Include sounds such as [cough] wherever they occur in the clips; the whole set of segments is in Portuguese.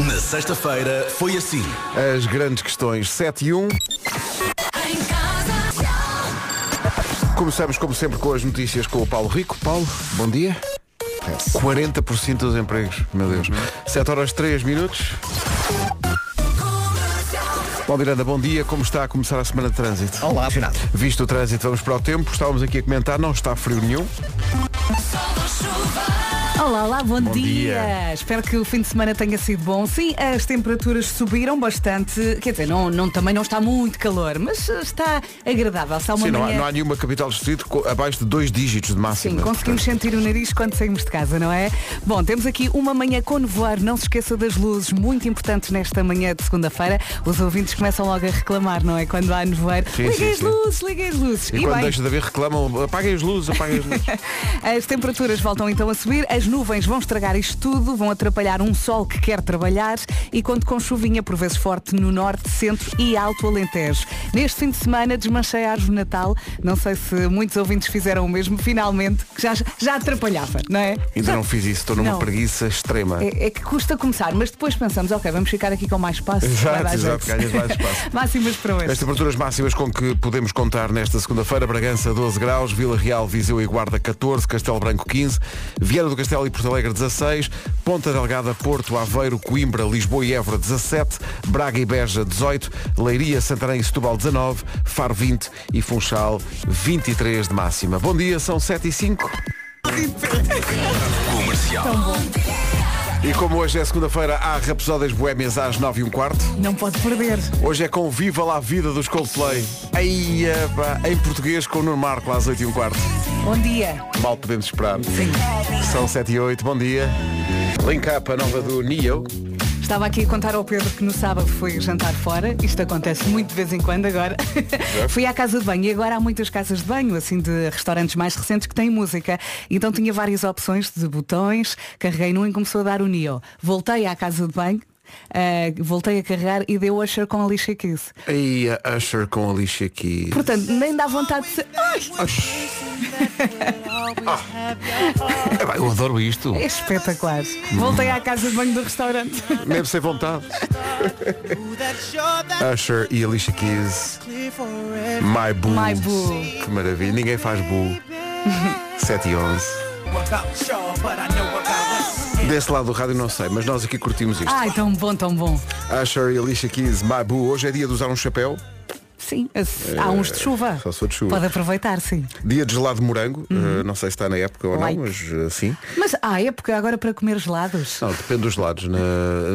Na sexta-feira foi assim. As grandes questões 7 e 1. Começamos, como sempre, com as notícias com o Paulo Rico. Paulo, bom dia. 40% dos empregos, meu Deus. 7 horas 3 minutos. Paulo Miranda, bom dia. Como está a começar a semana de trânsito? Olá, Renato. Visto o trânsito, vamos para o tempo. Estávamos aqui a comentar, não está frio nenhum. Olá, olá, bom, Bom dia. dia. Espero que o fim de semana tenha sido bom. Sim, as temperaturas subiram bastante. Quer dizer, não, não- também não está muito calor, mas eh, está agradável. Está uma Sim, não há, manhã- não há nenhuma capital do distrito co- abaixo de dois dígitos de máximo. Sim, conseguimos sentir o nariz quando saímos de casa, não é? Bom, temos aqui uma manhã com nevoar, não se esqueça das luzes, muito importantes nesta manhã de segunda-feira. Os ouvintes começam logo a reclamar, não é? Quando há nevoeiro, Sim, liguem sim, as sim. luzes, liguem as luzes. E, quando deixa de haver reclamam, apaguem as luzes, apaguem as [laughs] luzes. As temperaturas voltam então a subir, as nuvens vão estragar isto tudo, vão atrapalhar um sol que quer trabalhar e conto com chuvinha por vezes forte no norte, centro e alto Alentejo. Neste fim de semana desmanchei a árvore de Natal, não sei se muitos ouvintes fizeram o mesmo, finalmente, que já, já atrapalhava, não é? Ainda Já- não fiz isso, estou numa Não. preguiça extrema. É, é que custa começar, mas depois pensamos, ok, vamos ficar aqui com mais espaço. vai Exato, dar exato, jeito. ganhas mais espaço. Máximas para hoje. As temperaturas máximas com que podemos contar nesta segunda-feira, Bragança 12 graus, Vila Real, Viseu e Guarda 14, Castelo Branco 15, Vieira do Castelo e Porto Alegre 16, Ponta Delgada, Porto, Aveiro, Coimbra, Lisboa e Évora 17, Braga e Beja 18, Leiria, Santarém e Setúbal 19, Faro 20 e Funchal 23 de máxima. Bom dia, são 7 e 5. E como hoje é segunda-feira, há Rapsódias Boémias às 9 e um quarto. Não pode perder. Hoje é com Viva lá a Vida dos Coldplay. Aí, epá, em português com o Nuno Marco às 8 e um quarto. Bom dia. Mal podemos esperar. São 7 e 8, bom dia. Link up a nova do Neo. Estava aqui a contar ao Pedro que no sábado fui jantar fora, isto acontece muito de vez em quando agora. fui à casa de banho e agora há muitas casas de banho, assim de restaurantes mais recentes que têm música. Então tinha várias opções de botões, carreguei num e começou a dar o Neo. Voltei à casa de banho, ah, voltei a carregar e deu Usher com a lixa Kiss. Aí a Usher com a lixa aqui. Portanto, nem dá vontade de ser. Ai, Epá, eu adoro isto. é espetacular. Voltei à casa de banho do restaurante. Mesmo sem vontade. Usher e Alicia Keys. My Boo. My Boo. Que maravilha. Ninguém faz Boo. 7 e 11. Desse lado do rádio não sei, mas nós aqui curtimos isto. Ai, Ah, é tão bom, tão bom. Usher e Alicia Keys, My Boo. Hoje é dia de usar um chapéu. Sim, há uns de chuva. É, só sou de chuva. Pode aproveitar, sim. Dia de gelado de morango. Eh, não sei se está na época ou Uhum. Like. não, mas eh, sim. Mas há época agora para comer gelados. Não, depende dos lados. Na-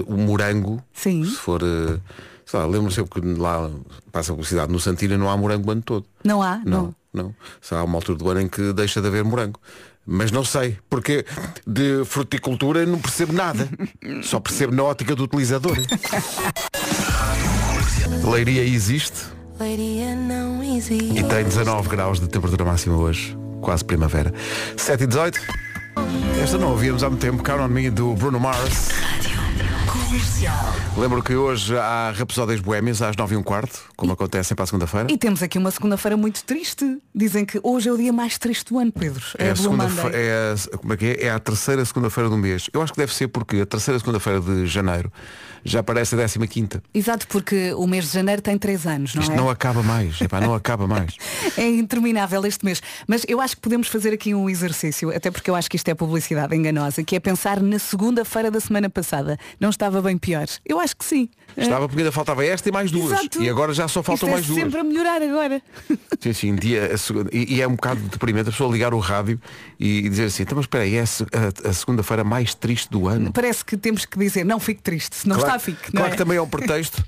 o morango, Sim. se for. eh, sei lá, lembro-me sempre que lá passa a publicidade no Santina não há morango o ano todo. Não há? Não, não. Só há uma altura do ano em que deixa de haver morango. Mas não sei, porque de fruticultura não percebo [laughs] nada. Só percebo na ótica do utilizador. Leiria existe Leiria não e existe. tem 19 graus de temperatura máxima hoje. Quase primavera. 7 e 18. Esta não ouvíamos há muito tempo. Count on Me do Bruno Mars. Lembro que hoje há Rapsódias Boémias às 9 e um quarto, como acontece para a segunda-feira. E temos aqui uma segunda-feira muito triste. Dizem que hoje é o dia mais triste do ano, Pedro. É a a, Blue segunda Monday. é, a, como é, que é? é a terceira segunda-feira do mês. Eu acho que deve ser porque a terceira segunda-feira de janeiro já parece a décima quinta. Exato, porque o mês de janeiro tem três anos, não é- Isto é? não acaba mais. Epá, não acaba [laughs] mais. É interminável este mês. Mas eu acho que podemos fazer aqui um exercício, até porque eu acho que isto é publicidade enganosa, que é pensar na segunda-feira da semana passada. Não estava bem pior? Eu acho que sim. Estava porque ainda faltava esta e mais duas. Exato. E agora já só faltam Isto mais é duas. sempre a melhorar agora. Sim, sim, um dia, a segunda- e, e é um bocado deprimente a pessoa ligar o rádio e, e dizer assim, então mas espera aí, é a, se- a- a segunda-feira mais triste do ano. Parece que temos que dizer, não fique triste, se Então, não está, fique. não Hum. claro é? que também é um pretexto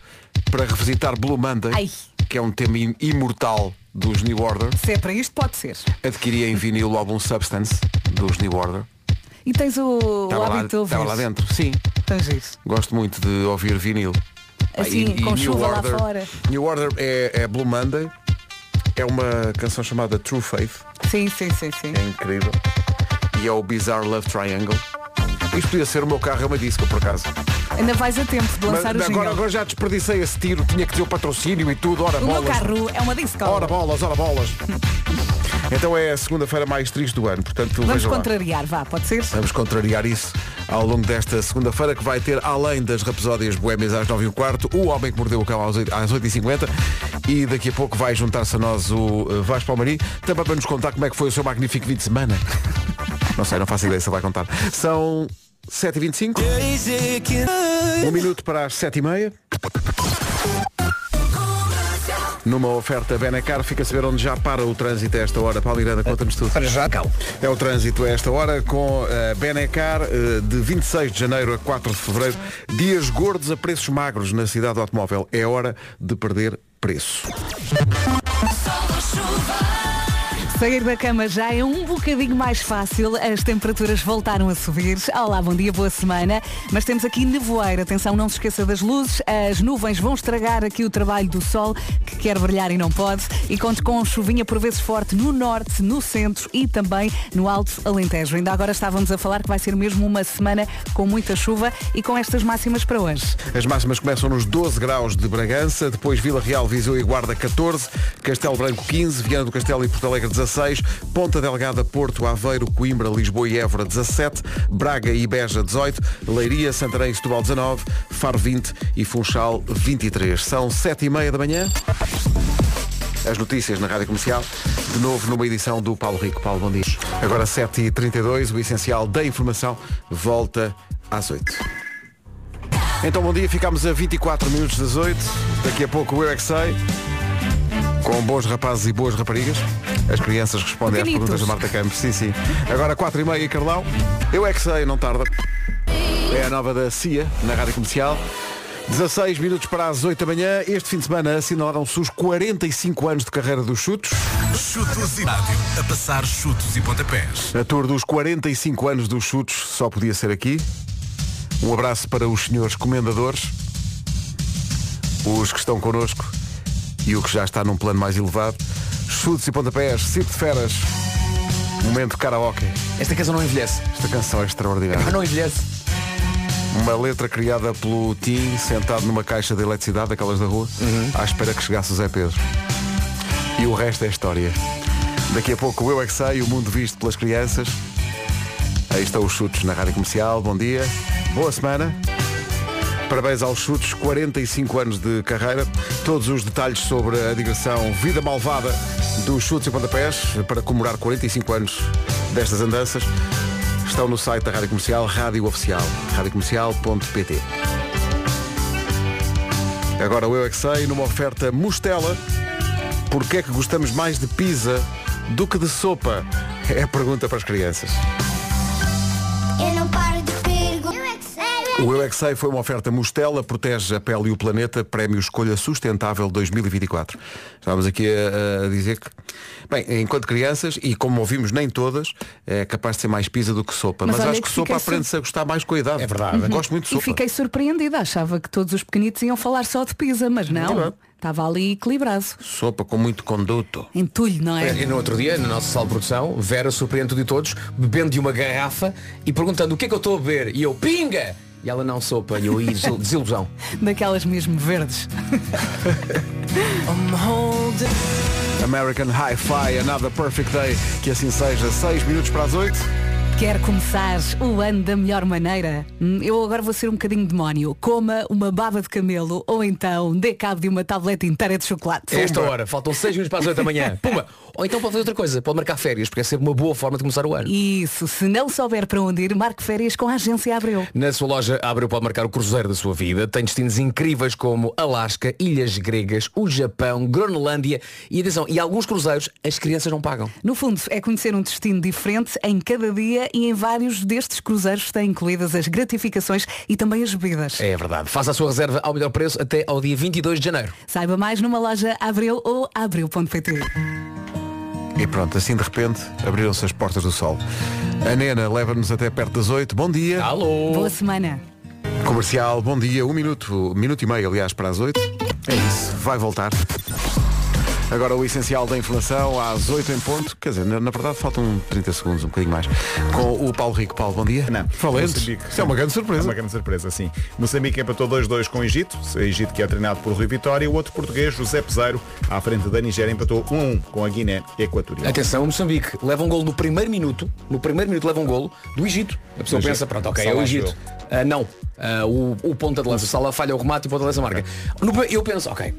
para revisitar Blue Monday, Ai. que é um tema im- imortal dos New Order. Se é para isto, pode ser. Adquiri em vinil o álbum Substance dos New Order. E tens o, o lá, hábito de ouvir. estava lá dentro, sim. Tens isso. Gosto muito de ouvir vinil. Assim, com chuva lá fora. New Order é, é Blue Monday. É uma canção chamada True Faith. Sim, sim, sim, sim. É incrível. E é o Bizarre Love Triangle. Isto podia ser o meu carro, é uma disco, por acaso. Ainda vais a tempo de Mas lançar o jingle. agora, agora já desperdicei esse tiro, tinha que ter o patrocínio e tudo, ora O meu bolas. carro é uma disco. Ora bolas, ora bolas. Então é a segunda-feira mais triste do ano, portanto Vamos veja lá. contrariar, vá, pode ser? Vamos contrariar isso ao longo desta segunda-feira que vai ter, além das rapsódias boémias às 9 e um quarto, o Homem que Mordeu o Cão às 8 às 8h50 e daqui a pouco vai juntar-se a nós o eh, Vasco Palmari, também para nos contar como é que foi o seu magnífico fim de semana. [laughs] Não sei, não faço ideia se ele vai contar. São 7h25, um minuto para as 7h30. Numa oferta Benacar, fica a saber onde já para o trânsito a esta hora. Paulo Miranda, conta-nos tudo. Para já, Cal. É o trânsito a esta hora com a Benecar eh, de 26 de janeiro a 4 de fevereiro. Dias gordos a preços magros na cidade do automóvel. É hora de perder preço. Sair da cama já é um bocadinho mais fácil, as temperaturas voltaram a subir. Olá, bom dia, boa semana. Mas temos aqui nevoeiro, atenção, não se esqueça das luzes, as nuvens vão estragar aqui o trabalho do sol, que quer brilhar e não pode. E conte com chuvinha por vezes forte no norte, no centro e também no alto Alentejo. Ainda agora estávamos a falar que vai ser mesmo uma semana com muita chuva e com estas máximas para hoje. As máximas começam nos 12 graus de Bragança, depois Vila Real, Viseu e Guarda 14, Castelo Branco 15, Viana do Castelo e Porto Alegre 16, Ponta Delgada, Porto, Aveiro, Coimbra, Lisboa e Évora 17, Braga e Beja 18, Leiria, Santarém e Setúbal 19, Faro 20 e Funchal 23. São 7 e meia da manhã. As notícias na Rádio Comercial, de novo numa edição do Paulo Rico. Paulo, bom dia. Agora 7h32, o essencial da informação volta às 8 então bom dia, ficámos a 24 minutos das 8. Daqui a pouco o Eu é que sei. Com bons rapazes e boas raparigas. As crianças respondem às Pequenitos. perguntas da Marta Campos. Sim, sim. Agora 4 e meia, Carlão. Eu é que sei, não tarda. É a nova da CIA, na Rádio Comercial. 16 minutos para as 8 da manhã. Este fim de semana assinalaram-se os 45 anos de carreira dos chutos. Chutos e rádio. A passar chutos e pontapés. A tour dos 45 anos dos chutos só podia ser aqui. Um abraço para os senhores comendadores, os que estão connosco e o que já está num plano mais elevado. Chutes e pontapés, circo de feras, momento karaoke. Esta casa não envelhece. Esta canção é extraordinária. Ah, Não envelhece. Uma letra criada pelo Tim, sentado numa caixa de eletricidade, daquelas da rua, à espera que chegasse o Zé Pedro. E o resto é história. Daqui a pouco o Eu É Que Sei, o mundo visto pelas crianças. Aí estão os chutos na Rádio Comercial. Bom dia, boa semana. Parabéns aos chutos, 45 anos de carreira. Todos os detalhes sobre a digressão Vida Malvada dos Chutes e Pontapés, para comemorar 45 anos destas andanças, estão no site da Rádio Comercial, Rádio Oficial, radiocomercial.pt. Agora o Eu É Que Sei, numa oferta Mostela. Porquê é que gostamos mais de pizza do que de sopa? É a pergunta para as crianças. Eu não paro de perguntar. Eu é que sei. O Eu É Que Sei foi uma oferta Mostela, protege a pele e o planeta, prémio Escolha Sustentável 2024. Estávamos aqui a, a dizer que, bem, enquanto crianças, e como ouvimos nem todas, é capaz de ser mais pizza do que sopa. Mas, Mas olha acho que que, sopa fiquei sur- aprende-se a gostar mais com a idade. É verdade. Gosto muito de E sopa. fiquei surpreendida, achava que todos os pequenitos iam falar só de pizza, mas não. é? Estava ali equilibrado. Sopa com muito conduto. Entulho, não é? E no outro dia, no nosso sala de produção, Vera surpreende de todos, bebendo de uma garrafa e perguntando o que é que eu estou a beber. E eu, pinga! E ela não sopa. E eu, "Ih, desil- desilusão. Daquelas mesmo verdes. American Hi-Fi, Another Perfect Day. Que assim seja, 6 minutos para as 8. Quer começar o ano da melhor maneira? Hum, Eu agora vou ser um bocadinho demónio. Coma uma baba de camelo ou então dê cabo de uma tableta inteira de chocolate. É esta hora. Faltam 6 minutos para as 8 da [laughs] manhã. Pumba! Ou então pode fazer outra coisa. Pode marcar férias, porque é sempre uma boa forma de começar o ano. Isso, se não souber para onde ir, marque férias com a agência Abreu. Na sua loja Abreu pode marcar o cruzeiro da sua vida. Tem destinos incríveis como Alasca, Ilhas Gregas, o Japão, Groenlândia e atenção, e alguns cruzeiros as crianças não pagam. No fundo, é conhecer um destino diferente em cada dia e em vários destes cruzeiros têm incluídas as gratificações e também as bebidas. É verdade. Faça a sua reserva ao melhor preço até ao dia 22 de janeiro. Saiba mais numa loja Abreu ou abreu.pt. E pronto, assim de repente abriram-se as portas do sol. A Nena leva-nos até perto das 8. Bom dia. Alô! Boa semana. Comercial, bom dia, um minuto, minuto e meio, aliás, para as oito. É isso, vai voltar. Agora o essencial da informação às 8 em ponto. Quer dizer, na, na verdade faltam 30 segundos, um bocadinho mais. Com o Paulo Rico. Paulo, bom dia. Não. Valentes. Moçambique. Isso é uma grande É surpresa. uma grande surpresa, sim. Moçambique empatou 2-2 com o Egito, o Egito que é treinado por Rui Vitória, e o outro português, José Peseiro, à frente da Nigéria, empatou 1-1 com a Guiné Equatorial. Atenção, Moçambique leva um golo no primeiro minuto. No primeiro minuto leva um golo do Egito. A pessoa Do pensa, Egito. pronto, ok, Salah é o acho Egito. Ah, não. Ah, o, o ponta de lança. O Sala falha o remate e o ponta de lança marca. No pri- eu penso, ok.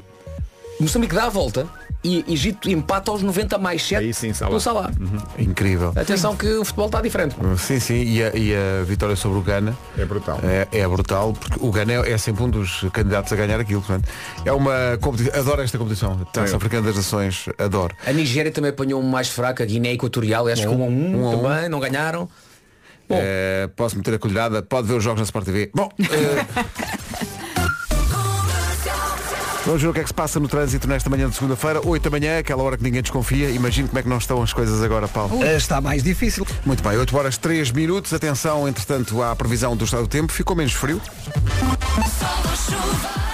Moçambique dá a volta e Egito empata aos 90 mais 7 Aí sim, Salah. com o Salah. Uhum. Incrível. Atenção que o futebol está diferente. Sim, sim, e a, e a vitória sobre o Gana É brutal. é, é brutal, porque o Gana é, é sempre um dos candidatos a ganhar aquilo. Portanto, é uma competição, adoro esta competição. Taça Eu. Africana das Nações, adoro. A Nigéria também apanhou um mais fraco, a Guiné Equatorial, acho que um a um, Um a um. também, não ganharam. Bom. Eh, posso meter a colherada, pode ver os jogos na Sport TV. Bom, eh, vamos ver o que é que se passa no trânsito nesta manhã de segunda-feira, 8 da manhã, aquela hora que ninguém desconfia. Imagino como é que não estão as coisas agora, Paulo. Eh, Está mais difícil. Muito bem, 8 horas 3 minutos. Atenção, entretanto, à previsão do estado do tempo. Ficou menos frio.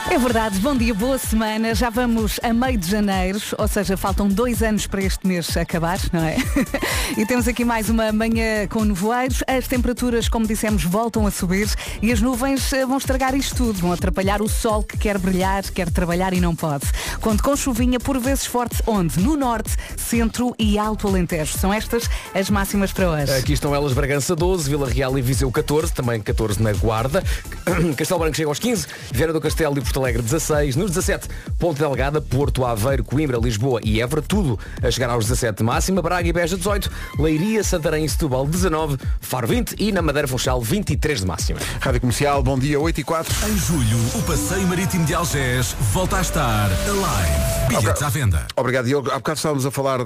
É verdade, bom dia, boa semana. Já vamos a meio de janeiro, ou seja, faltam dois anos para este mês acabar, não é? [laughs] E temos aqui mais uma manhã com nevoeiros. As temperaturas, como dissemos, voltam a subir e as nuvens eh, vão estragar isto tudo, vão atrapalhar o sol que quer brilhar, quer trabalhar e não pode. Conto com chuvinha por vezes forte, onde? No norte, centro e alto Alentejo. São estas as máximas para hoje. Aqui estão elas Bragança 12, Vila Real e Viseu 14, também 14 na Guarda. [clears throat] Castelo Branco chega aos 15, Vera do Castelo e Porto Alegre 16, nos 17, Ponte Delgada, Porto Aveiro, Coimbra, Lisboa e Évora, tudo a chegar aos 17 de máxima, Braga e Beja 18, Leiria, Santarém e Setúbal 19, Faro 20 e na Madeira Funchal 23 de máxima. Rádio Comercial, bom dia, 8 e 4. Em julho, o passeio marítimo de Algés volta a estar alive. Bilhetes à venda. Obrigado, Diogo. Há bocado estávamos a falar da,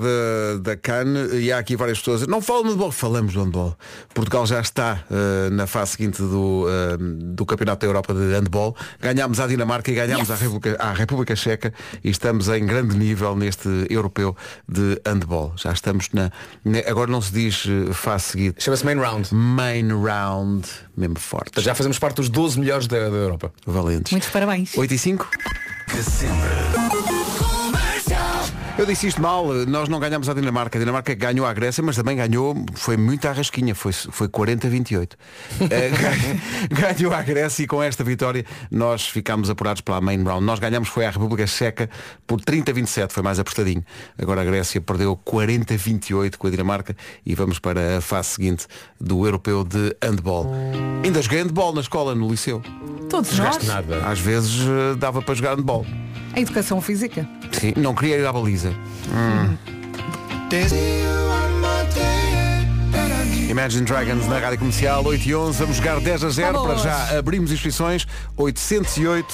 da CAN e há aqui várias pessoas. Não falam de handball, falamos de handball. Portugal já está eh, na fase seguinte do, eh, do Campeonato da Europa de Handball. Ganhámos à Dinamarca e ganhámos à, República, à República Checa e estamos em grande nível neste europeu de handball. Já estamos na. ne- agora não se diz eh, fase seguinte. Chama-se Main Round. Main round, mesmo forte. Já fazemos parte dos 12 melhores da, da Europa. Valentes. Muitos parabéns. 8 e 5? Eu disse isto mal, nós não ganhámos a Dinamarca. A Dinamarca ganhou à Grécia, mas também ganhou, foi muito à rasquinha, foi, foi 40-28. Eh, [laughs] gan- ganhou à Grécia e com esta vitória nós ficámos apurados pela main round. Nós ganhámos foi à República Checa por 30-27, foi mais apertadinho. Agora a Grécia perdeu 40-28 com a Dinamarca e vamos para a fase seguinte do europeu de handball. Ainda joguei handball na escola, no liceu. Todos nós, Nada. Às vezes eh, dava para jogar handball. a educação física. Sim, não queria ir à baliza. Hum. Imagine Dragons na rádio comercial 8 e 11. Vamos jogar 10 a 0 para Vamos! já. Abrimos inscrições 808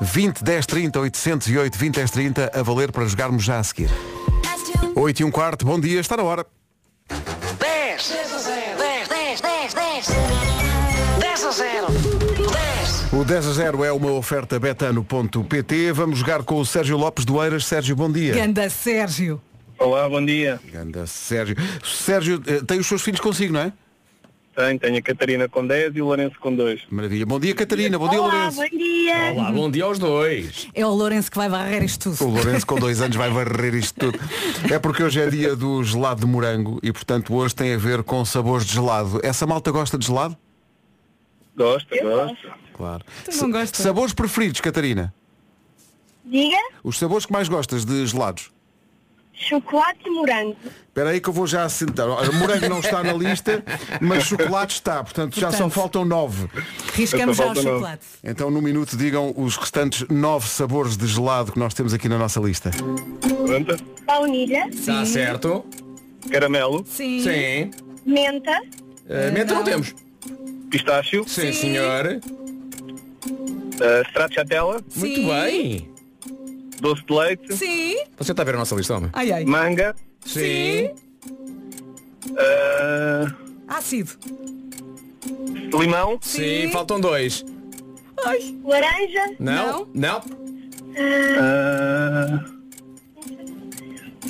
20 10 30 808 20 10 30 a valer para jogarmos já a seguir. 8 e 1 quarto, bom dia, está na hora. 10 10 10 10 10 10 a 0 10 O 10 a 0 é uma oferta betano.pt. Vamos jogar com o Sérgio Lopes Doeiras. Sérgio, bom dia. Ganda Sérgio. Olá, bom dia. Ganda Sérgio. Sérgio, eh, tem os seus filhos consigo, não é? Tenho, tenho a Catarina com 10 e o Lourenço com 2. Maravilha. Bom dia, Catarina. Bom dia, Lourenço. dia. Olá, bom dia aos dois. É o Lourenço que vai varrer isto O tudo. Lourenço com dois anos vai varrer isto tudo. É porque hoje é dia do gelado de morango e portanto hoje tem a ver com sabores de gelado. Essa malta gosta de gelado? Gosta, gosta. Claro. Tu não gostas? Sabores preferidos, Catarina? Diga, Os sabores que mais gostas de gelados? chocolate e morango. Espera aí que eu vou já assentar. Ora, morango não está na lista, mas chocolate está. Portanto, já só Portanto. faltam nove. Riscamos já o Falta não. chocolate. Então, num minuto, digam os restantes nove sabores de gelado que nós temos aqui na nossa lista. Pronto. Baunilha, Está certo? Caramelo, Sim. Sim. menta, Uh, menta não não. temos. pistácio, Sim, senhor. uh, stracciatella, Muito bem. doce de leite, Sim. Você está a ver a nossa lista, homem? Ai, ai. manga, Sim. uh, Ácido. limão, Sim, faltam dois. Ai. laranja, Não? Não? uh,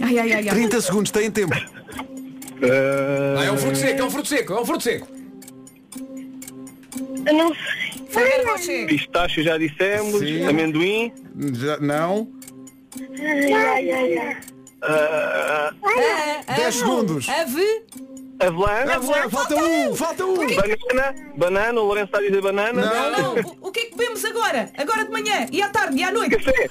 Ai, ai, ai. ai. 30 segundos, têm tempo. Ah, é um uh, fruto seco, é um fruto seco, é um fruto seco. eu não sei. Ferreiro Rocher. pistácio já dissemos, Sim. amendoim, Já- não? Ah, A- 10 ave- segundos. Ave. Avelã, Ah, Falta um, falta um. banana, banana, o Lourenço está a dizer banana. Não, não. O, o que é que bebemos agora? Agora de manhã e à tarde e à noite? Café.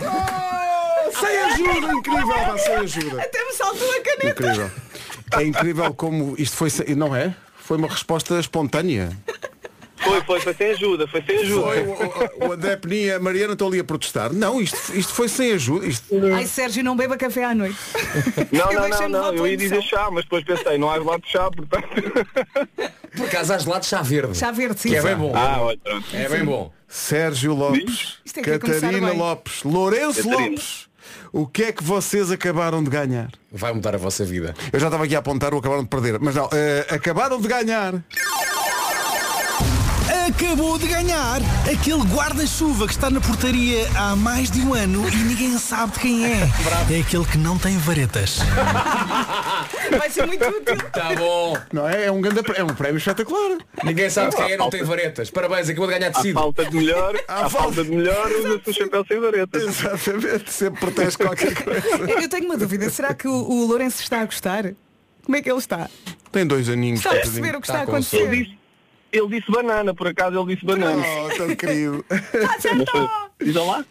Oh, sem ajuda, incrível, pá, sem ajuda. Até me saltou a caneta. Incrível. É incrível como isto foi, sem- não é? Foi uma resposta espontânea. Foi, foi, foi sem ajuda, foi sem Foi ajuda. o, o, o André Peninha, a Mariana estão ali a protestar. Não, isto, isto foi sem ajuda. Isto, Ai, Sérgio, não beba café à noite. Não, Eu não, não, deixei-me levar não, eu pela ia dizer emoção. chá, mas depois pensei, não há lá de chá, portanto. Por acaso há gelado de chá verde. Chá verde, sim. Que é bem bom. Ah, olha, pronto. É bem bom. Sérgio Lopes, Isto é que ia começar Catarina bem. Lopes, Lourenço Catarina. Lopes. O que é que vocês acabaram de ganhar? Vai mudar a vossa vida. Eu já estava aqui a apontar o acabaram de perder. Mas não, eh, acabaram de ganhar. Acabou de ganhar aquele guarda-chuva que está na portaria há mais de um ano e ninguém sabe de quem é. É aquele que não tem varetas. Vai ser muito útil. Tá bom. Não é? É um, grande, pré- é um prémio espetacular. [laughs] Ninguém sabe quem é, não tem varetas. Parabéns, acabou de ganhar Há tecido. falta de [laughs] melhor, Há há, falta- falta de melhor, usa-se um chapéu sem varetas. Exatamente, sempre protege qualquer coisa. Eu tenho uma dúvida. Será que o, o Lourenço está a gostar? Como é que ele está? Tem dois aninhos. Está a perceber o que está a com Ele acontecer? disse, ele disse banana, por acaso ele disse banana. [laughs] Oh, tão [laughs] querido. Está certo! Diz lá.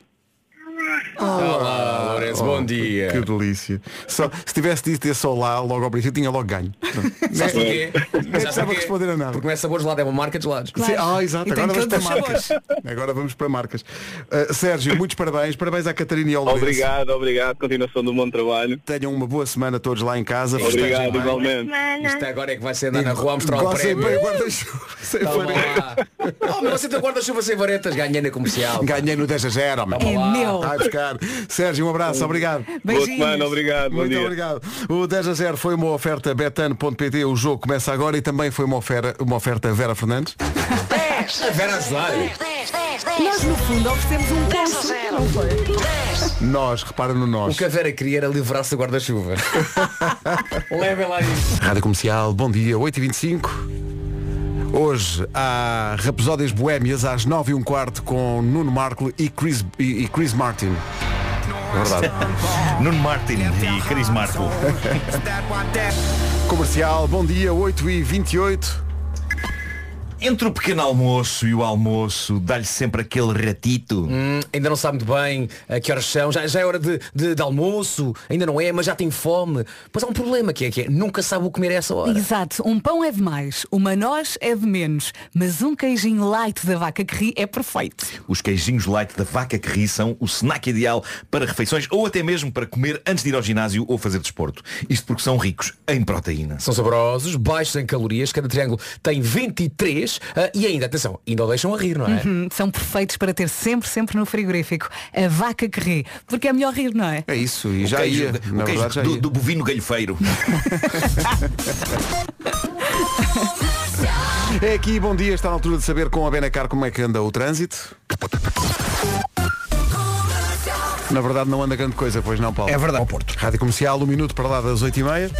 Olá, Ah, Lourenço, bom dia. Que delícia. Só, se tivesse dito ter só lá logo ao princípio, tinha logo [laughs] ganho. Sabes porquê? precisava responder a nada. Porque não é sabor gelado, é uma marca de gelados. Sim, ah, exato. E tem Agora vamos para todos os marcas. Agora vamos para marcas. Ah, Sérgio, muitos parabéns. Parabéns à Catarina e ao Lourenço. Obrigado, obrigado. Continuação do bom trabalho. Tenham uma boa semana todos lá em casa. Obrigado, Festejam bem. igualmente. Isto agora é que vai ser andar na rua a mostrar o Gozem bem o prémio. guarda-chuva. Sem Toma varetas. lá. Oh, meu, você tem guarda-chuva sem varetas. Ganhei na comercial. Ganhei no 10 a 0, meu. É meu. Vai buscar. Sérgio, um abraço. Obrigado. Boa Beijinhos. semana, obrigado. Bom Muito dia. obrigado. O 10 a 0 foi uma oferta betano.pt. O jogo começa agora e também foi uma oferta, uma oferta Vera Fernandes. 10. A Vera ajudar. 10, 10, 10. Nós, no fundo, oferecemos um 10 a curso. 0. Não foi? 10. Nós, repara no O nós. é- que a Vera queria era livrar-se do guarda-chuva. [laughs] Levem lá isso. Rádio Comercial, bom dia, 8h25. Hoje há Rapsódias Boémias às 9 e um quarto com Nuno Marco e Chris, e, e Chris Martin. Nuno Martin e Cris Marco. Comercial, bom dia, 8h28. Entre o pequeno almoço e o almoço, dá-lhe sempre aquele ratito. Hum. Ainda não sabe muito bem a que horas são. Já, já é hora de, de- de almoço. Ainda não é, mas já tem fome. Pois há um problema que é que é. Nunca sabe o comer a essa hora. Exato, um pão é de mais, uma noz é de menos, mas um queijinho light da vaca que ri é perfeito. Os queijinhos light da vaca que ri são o snack ideal para refeições ou até mesmo para comer antes de ir ao ginásio ou fazer desporto. Isto porque são ricos em proteína. São saborosos, baixos em calorias, cada triângulo tem 23 ah, e ainda, atenção, ainda o deixam a rir, não é? Hum, São perfeitos para ter sempre, sempre no frigorífico. A vaca que ri, porque é melhor rir, não é? É isso, e já queijo- ia. o na queijo verdade, já do, ia. do bovino galhofeiro. É aqui, bom dia, está na altura de saber com a Benacar como é que anda o trânsito. Na verdade não anda grande coisa, pois não, É Paulo? verdade. Ao Porto. Rádio Comercial, um minuto para lá das 8h30.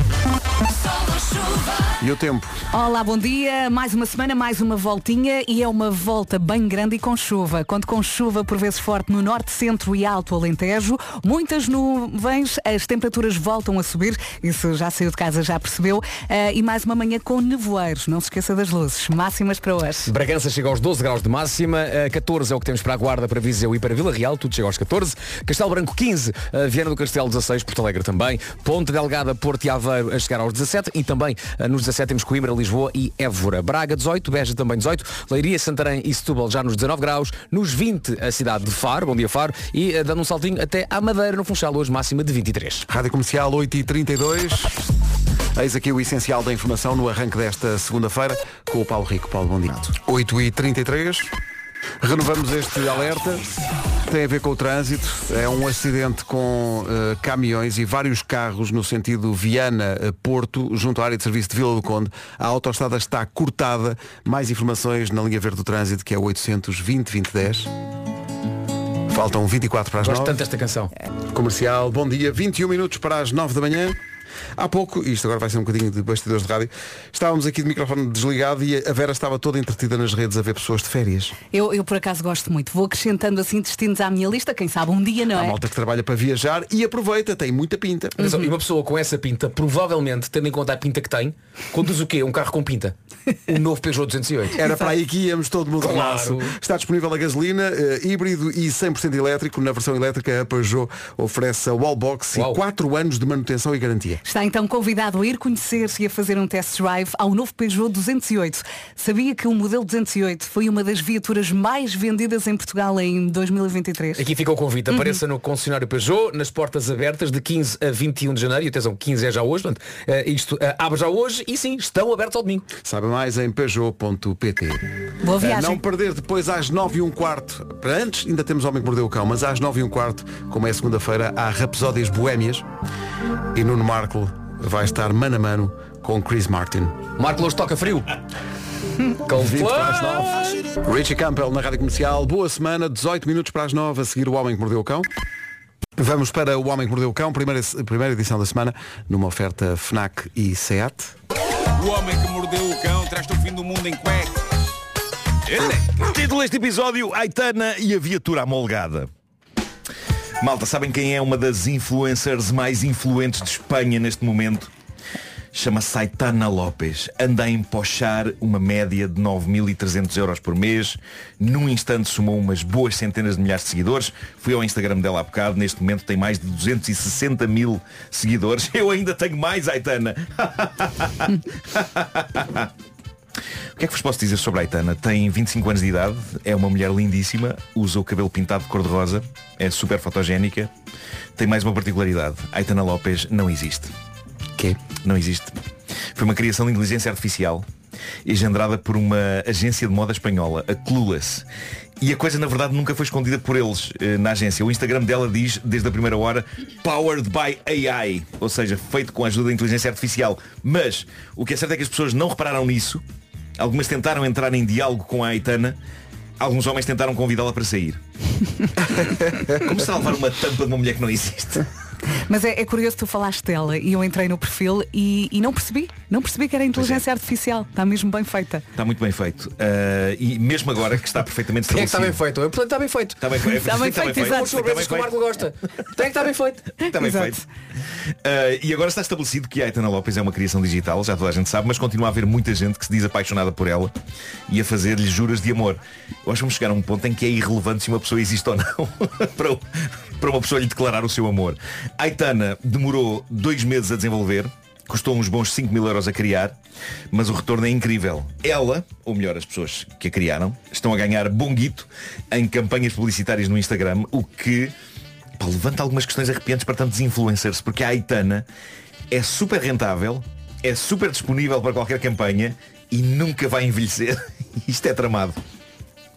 E o tempo? Olá, bom dia. Mais uma semana, mais uma voltinha e é uma volta bem grande e com chuva. Conto com chuva por vezes forte no norte, centro e alto Alentejo. Muitas nuvens, as temperaturas voltam a subir. Isso já saiu de casa, já percebeu. Ah, e mais uma manhã com nevoeiros. Não se esqueça das luzes. Máximas para hoje. Bragança chega aos 12 graus de máxima, eh, 14 é o que temos para a Guarda, para Viseu e para Vila Real, tudo chega aos 14, Castelo Branco 15, eh, Viana do Castelo 16, Porto Alegre também, Ponte Delgada, Porto e Aveiro a chegar aos 17 e também eh, nos 17 temos Coimbra, Lisboa e Évora, Braga 18, Beja também 18, Leiria, Santarém e Setúbal já nos 19 graus, nos 20 a cidade de Faro, bom dia Faro, e eh, dando um saltinho até à Madeira no Funchal, hoje máxima de 23. Rádio Comercial 8h32. Eis aqui o essencial da informação no arranque desta segunda-feira com o Paulo Rico. Paulo, bom dia. 8h33. Renovamos este alerta. Tem a ver com o trânsito. É um acidente com eh, caminhões e vários carros no sentido Viana-Porto, junto à área de serviço de Vila do Conde. A autoestrada está cortada. Mais informações na linha verde do trânsito, que é 820-2010. Faltam 24 para as Gosto 9. tanto desta canção. Comercial, bom dia, 21 minutos para um as 9 da manhã. Há pouco, isto agora vai ser um bocadinho de bastidores de rádio, estávamos aqui de microfone desligado e a Vera estava toda entretida nas redes a ver pessoas de férias. Eu, eu por acaso gosto muito. Vou acrescentando assim destinos à minha lista, quem sabe um dia, Tá não Há é? malta que trabalha para viajar e aproveita, tem muita pinta. Uhum. Atenção, E uma pessoa com essa pinta, provavelmente, tendo em conta a pinta que tem, conduz o quê? Um carro com [laughs] pinta. Um novo Peugeot 208. Era para aí que íamos todo mundo Claro. laço. Está disponível a gasolina, eh, híbrido e 100% elétrico. Na versão elétrica, a Peugeot oferece a wallbox Uau. e 4 anos de manutenção e garantia. Está então convidado a ir conhecer-se e a fazer um test drive ao novo Peugeot 208. Sabia que o modelo 208 foi uma das viaturas mais vendidas em Portugal em 2023? Aqui fica o Uhum. convite. Apareça no concessionário Peugeot, nas portas abertas de 15 a 21 de janeiro. E atenção, 15 é já hoje, portanto, eh, isto eh, abre já hoje e sim, estão abertos ao domingo. Saiba mais em Peugeot.pt. Boa eh, A viagem. É, não perder depois às 9 e um quarto. Para antes, ainda temos Homem que Mordeu o Cão, mas às 9 e um quarto, como é segunda-feira, há Rapsódias Boémias. E Nuno Marco vai estar mano a mano com Chris Martin. Marco Louros toca [laughs] frio. Convite para as Richie Campbell na Rádio Comercial. Boa semana, 18 minutos para as 9, a seguir o Homem que Mordeu o Cão. Vamos para o Homem que Mordeu o Cão, primeira, primeira edição da semana, numa oferta FNAC e SEAT. O homem que mordeu o cão traz-te o fim do mundo em cueca. Título deste episódio, Aitana e a viatura amolgada. Malta, sabem quem é uma das influencers mais influentes de Espanha neste momento? Chama-se Aitana Lopes. Anda a empochar uma média de 9.300 euros por mês. Num instante somou umas boas centenas de milhares de seguidores. Fui ao Instagram dela há bocado. Neste momento tem mais de 260 mil seguidores. [laughs] Eu ainda tenho mais, Aitana. O que é que vos posso dizer sobre a Aitana? Tem 25 anos de idade, é uma mulher lindíssima, usa o cabelo pintado de cor-de-rosa, é super fotogénica, tem mais uma particularidade. A Aitana Lopes não existe. Quê? Não existe. Foi uma criação de inteligência artificial, engendrada por uma agência de moda espanhola, a Clueless. E a coisa, na verdade, nunca foi escondida por eles eh, na agência. O Instagram dela diz, desde a primeira hora, Powered by AI, ou seja, feito com a ajuda da inteligência artificial. Mas o que é certo é que as pessoas não repararam nisso, Algumas tentaram entrar em diálogo com a Aitana. Alguns homens tentaram convidá-la para sair. Como salvar uma tampa de uma mulher que não existe? Mas é, é curioso, tu falaste dela e eu entrei no perfil e, e não percebi. Não percebi que era é. inteligência artificial. Está mesmo bem feita. Está muito bem feito. Ah, e mesmo agora que está perfeitamente Quem é que está estabelecido. bem feito? Eu, portanto, está bem feito. Está bem feito. Está bem Está bem feito, feito. exato. Está bem Sobreviventes que o feito. Marco gosta. Tem que estar bem feito. [laughs] Está bem Exato. feito. Ah, e agora está estabelecido que a Aitana Lopes é uma criação digital, já toda a gente sabe, mas continua a haver muita gente que se diz apaixonada por ela e a fazer-lhe juras de amor. Eu acho que vamos chegar a um ponto em que é irrelevante se uma pessoa existe ou não [laughs] para, o- para uma pessoa lhe declarar o seu amor. A Aitana demorou dois meses a desenvolver, custou uns bons 5 mil euros a criar, mas o retorno é incrível. Ela, ou melhor, as pessoas que a criaram, estão a ganhar bom guito em campanhas publicitárias no Instagram, o que Pá, levanta algumas questões arrepiantes para tantos influencers, porque a Aitana é super rentável, é super disponível para qualquer campanha e nunca vai envelhecer. [laughs] Isto é tramado.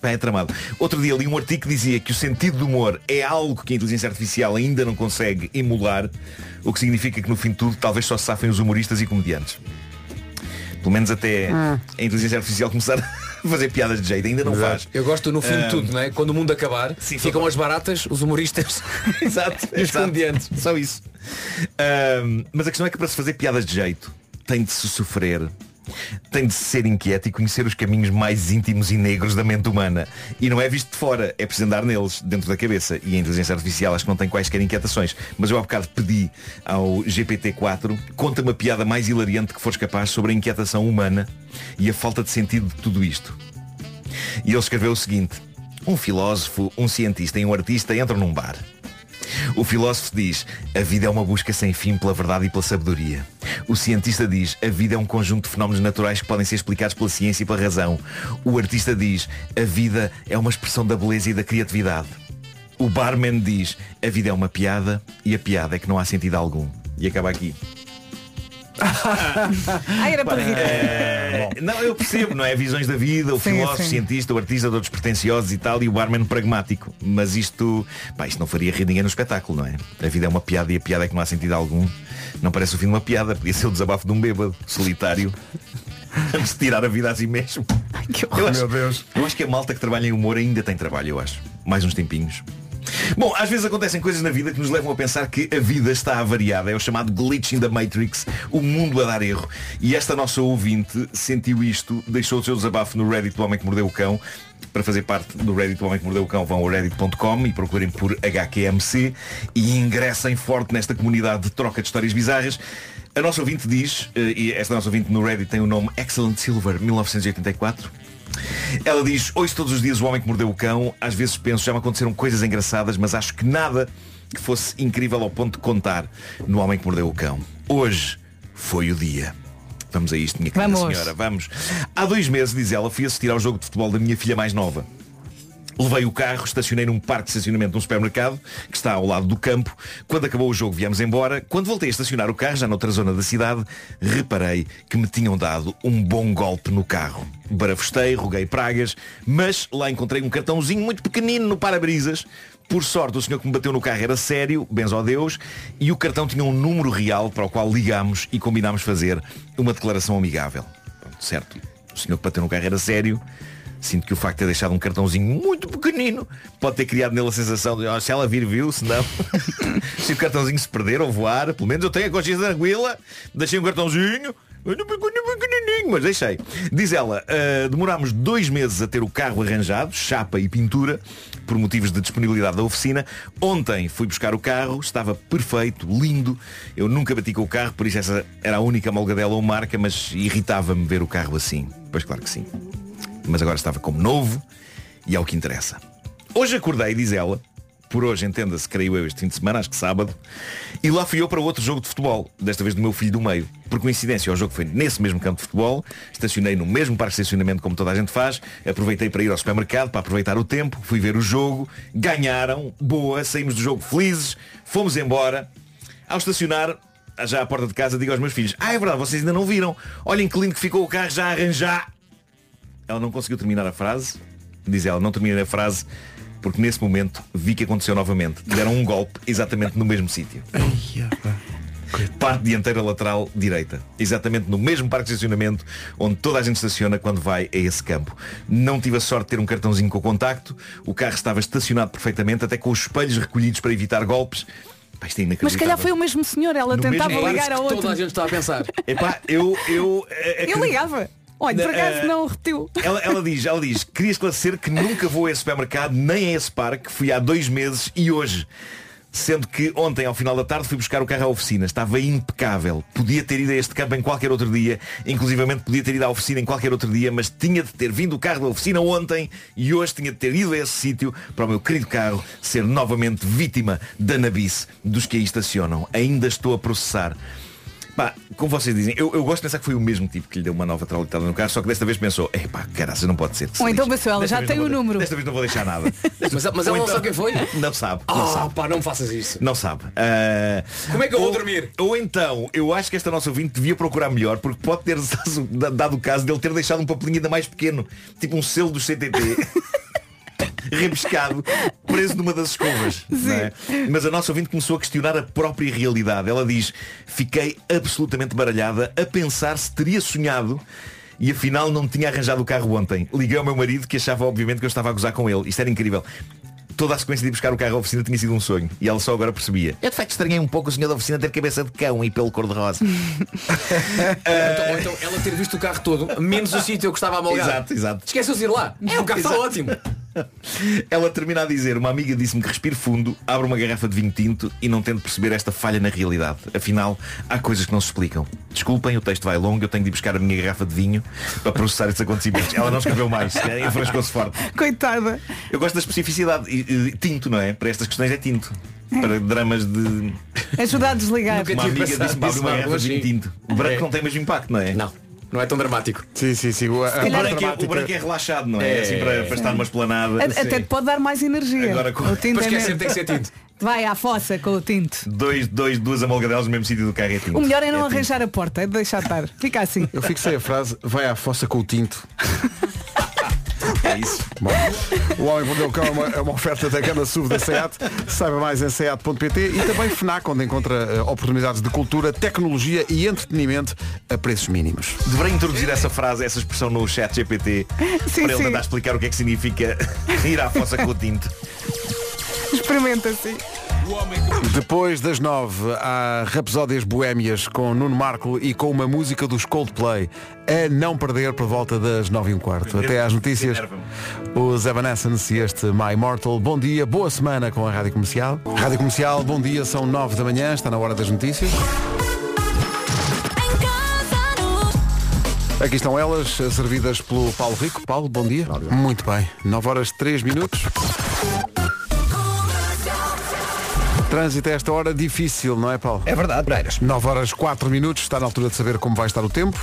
Pá, É tramado. Outro dia li um artigo que dizia que o sentido do humor é algo que a inteligência artificial ainda não consegue emular, o que significa que no fim de tudo talvez só se safem os humoristas e comediantes. Pelo menos até Ah. a inteligência artificial começar [laughs] a fazer piadas de jeito, ainda não faz. Eu gosto no fim de Ah, tudo, não é? Quando o mundo acabar, ficam as baratas, os humoristas [laughs] Exato. e os exato. comediantes. Só isso. Ahm, mas a questão é que para se fazer piadas de jeito, tem de se sofrer, tem de se ser inquieto e conhecer os caminhos mais íntimos e negros da mente humana. E não é visto de fora, é preciso andar neles, dentro da cabeça. E a inteligência artificial acho que não tem quaisquer inquietações. Mas eu há bocado pedi ao GPT-4, conta uma piada mais hilariante que fores capaz sobre a inquietação humana e a falta de sentido de tudo isto. E ele escreveu o seguinte Um filósofo, um cientista e um artista entram num bar O filósofo diz A vida é uma busca sem fim pela verdade e pela sabedoria O cientista diz A vida é um conjunto de fenómenos naturais que podem ser explicados pela ciência e pela razão O artista diz A vida é uma expressão da beleza e da criatividade O barman diz A vida é uma piada e a piada é que não há sentido algum E acaba aqui Ah, era para rir. É, não, eu percebo, não é? Visões da vida, o Sim, filósofo, sim. o cientista, o artista, todos pretenciosos e tal, e o barman pragmático. Mas isto, pá, isto não faria rir ninguém no espetáculo, não é? A vida é uma piada e a piada é que não há sentido algum. Não parece o fim de uma piada, podia ser o desabafo de um bêbado, solitário. [laughs] a se tirar a vida a si mesmo. eu acho, Meu Deus. Eu acho que a malta que trabalha em humor ainda tem trabalho, eu acho. Mais uns tempinhos. Bom, às vezes acontecem coisas na vida que nos levam a pensar que a vida está avariada. É o chamado glitch in the matrix, o mundo a dar erro. E esta nossa ouvinte sentiu isto, deixou o seu desabafo no Reddit do Homem que Mordeu o Cão. Para fazer parte do Reddit do Homem que Mordeu o Cão, vão ao reddit.com e procurem por HQMC e ingressem forte nesta comunidade de troca de histórias bizarras. A nossa ouvinte diz, eh, e esta nossa ouvinte no Reddit tem o nome Excellent Silver 1984, ela diz, ouço todos os dias o homem que mordeu o cão, às vezes penso, já me aconteceram coisas engraçadas, mas acho que nada que fosse incrível ao ponto de contar no homem que mordeu o cão. Hoje foi o dia. Vamos a isto, minha querida Vamos. senhora, vamos. Há dois meses, diz ela, fui assistir ao jogo de futebol da minha filha mais nova. Levei o carro, estacionei num parque de estacionamento de um supermercado, que está ao lado do campo. Quando acabou o jogo, viemos embora. Quando voltei a estacionar o carro, já noutra zona da cidade, reparei que me tinham dado um bom golpe no carro. Barafustei, roguei pragas, mas lá encontrei um cartãozinho muito pequenino no para-brisas. Por sorte, o senhor que me bateu no carro era sério, benzo a Deus, e o cartão tinha um número real para o qual ligámos e combinámos fazer uma declaração amigável. Pronto, certo, o senhor que bateu no carro era sério, Sinto que o facto de ter deixado um cartãozinho muito pequenino pode ter criado nele a sensação de, "Oh, se ela vir, viu, se não. [laughs] se o cartãozinho se perder ou voar, pelo menos eu tenho a consciência tranquila, deixei um cartãozinho. muito pequenino, pequenininho, Mas deixei. Diz ela, "Ah, demorámos dois meses a ter o carro arranjado, chapa e pintura, por motivos de disponibilidade da oficina. Ontem fui buscar o carro, estava perfeito, lindo. Eu nunca bati com o carro, por isso essa era a única malgadela ou marca, mas irritava-me ver o carro assim. Pois claro que sim mas agora estava como novo e é o que interessa. Hoje acordei, diz ela, por hoje entenda-se, creio eu, este fim de semana, acho que sábado, e lá fui eu para outro jogo de futebol, desta vez do meu filho do meio. Por coincidência, o jogo foi nesse mesmo campo de futebol, estacionei no mesmo parque de estacionamento como toda a gente faz, aproveitei para ir ao supermercado, para aproveitar o tempo, fui ver o jogo, ganharam, boa, saímos do jogo felizes, fomos embora. Ao estacionar, já à porta de casa, digo aos meus filhos, ah, é verdade, vocês ainda não viram, olhem que lindo que ficou o carro já a arranjar. Ela não conseguiu terminar a frase. Diz ela, não terminei a frase porque nesse momento vi que aconteceu novamente. Deram um golpe exatamente no mesmo sítio. Parte dianteira lateral direita. Exatamente no mesmo parque de estacionamento onde toda a gente estaciona quando vai a esse campo. Não tive a sorte de ter um cartãozinho com o contacto. O carro estava estacionado perfeitamente, até com os espelhos recolhidos para evitar golpes. Pá, isto é Mas se calhar inacreditável. foi o mesmo senhor, ela No tentava mesmo ligar parque a que outro. toda a gente está a pensar. Epá, eu, eu, eh, Eu acredito- ligava. Olha, por Na- acaso eh, não repetiu. [laughs] Ela, ela diz, ela diz, queria esclarecer que nunca vou a esse supermercado, nem a esse parque, fui há dois meses e hoje. Sendo que ontem, ao final da tarde, fui buscar o carro à oficina. Estava impecável. Podia ter ido a este campo em qualquer outro dia. Inclusivamente podia ter ido à oficina em qualquer outro dia, mas tinha de ter vindo o carro da oficina ontem e hoje tinha de ter ido a esse sítio para o meu querido carro ser novamente vítima da nabice dos que aí estacionam. Ainda estou a processar. Pá, como vocês dizem, eu, eu gosto de pensar que foi o mesmo tipo que lhe deu uma nova tralitada no carro, só que desta vez pensou, epá, caraças, não pode ser. que se Ou então lixe. pensou, ela Desta já vez tem não o vou de- número. Desta vez não vou deixar [laughs] nada. Mas, mas Ou ela não então- sabe quem foi? Não sabe, não Ah, sabe. pá, não me faças isso. Não sabe. Ah, Como é que eu vou ou- dormir? Ou então, eu acho que esta nossa ouvinte devia procurar melhor, porque pode ter [laughs] dado o caso dele ter deixado um papelinho ainda mais pequeno, tipo um selo do CTT. Rebiscado, preso numa das escovas. não é? Mas a nossa ouvinte começou a questionar a própria realidade. Ela diz, fiquei absolutamente baralhada a pensar se teria sonhado e afinal não tinha arranjado o carro ontem. Liguei ao meu marido que achava obviamente que eu estava a gozar com ele. Isto era incrível. Toda a sequência de ir buscar o carro à oficina tinha sido um sonho E ela só agora percebia Eu de facto estranhei um pouco o senhor da oficina ter cabeça de cão E pelo cor-de-rosa Então, ou então ela ter visto o carro todo, menos o sítio que estava a malgar. [laughs] Exato, exato. Esqueceu-se de ir lá. É, o carro está ótimo. Ela termina a dizer, uma amiga disse-me que respire fundo, abre uma garrafa de vinho tinto e não tente perceber esta falha na realidade. Afinal, há coisas que não se explicam. Desculpem, o texto vai longo, eu tenho de ir buscar a minha garrafa de vinho para processar estes acontecimentos. Ela não escreveu mais, se calhar enfrascou-se forte. Coitada. Eu gosto da especificidade. E, e, tinto, não é? Para estas questões é tinto. Para dramas de. Ajuda a desligar. uma amiga disse-me para abrir uma garrafa de vinho tinto. O branco não tem mesmo impacto, não é? Não. Não é tão dramático. Sim, sim, sim. O, a- a O parte branco, é, o dramática- branco é relaxado, não é? É. Assim para, para estar numa esplanada. A- Até te pode dar mais energia. assim. Agora com- O tinto Para é esquecer mesmo. tem que ser tinto. Vai à fossa com o tinto. dois, dois, duas amalgadelas no mesmo sítio do carro é tinto. O melhor é não tinto. arranjar a porta, é de deixar estar. Fica assim. [laughs] Eu fixei a frase, vai à fossa com o tinto. [laughs] É isso. Bom, o Homem que Mordeu o Cão é uma, é uma oferta da gama SUV da SEAT. Saiba mais em seat.pt e também FNAC, onde encontra eh, oportunidades de cultura, tecnologia e entretenimento a preços mínimos. Deverei introduzir essa frase, essa expressão no chat GPT [laughs] Sim, para ele sim. [laughs] tentar explicar o que é que significa ir à fossa com o tinto. Experimenta assim. Depois das nove, há Rapsódias Boémias com Nuno Marco e com uma música dos Coldplay a não perder por volta das nove e um quarto. Até às notícias, os Evanescence e este My Mortal. Bom dia, boa semana com a Rádio Comercial. Rádio Comercial, bom dia, são nove da manhã, está na hora das notícias. Aqui estão elas, servidas pelo Paulo Rico. Paulo, bom dia. Muito bem, nove horas três minutos. Trânsito a esta hora difícil, não é Paulo? É verdade, Breiras. 9 horas 4 minutos, está na altura de saber como vai estar o tempo.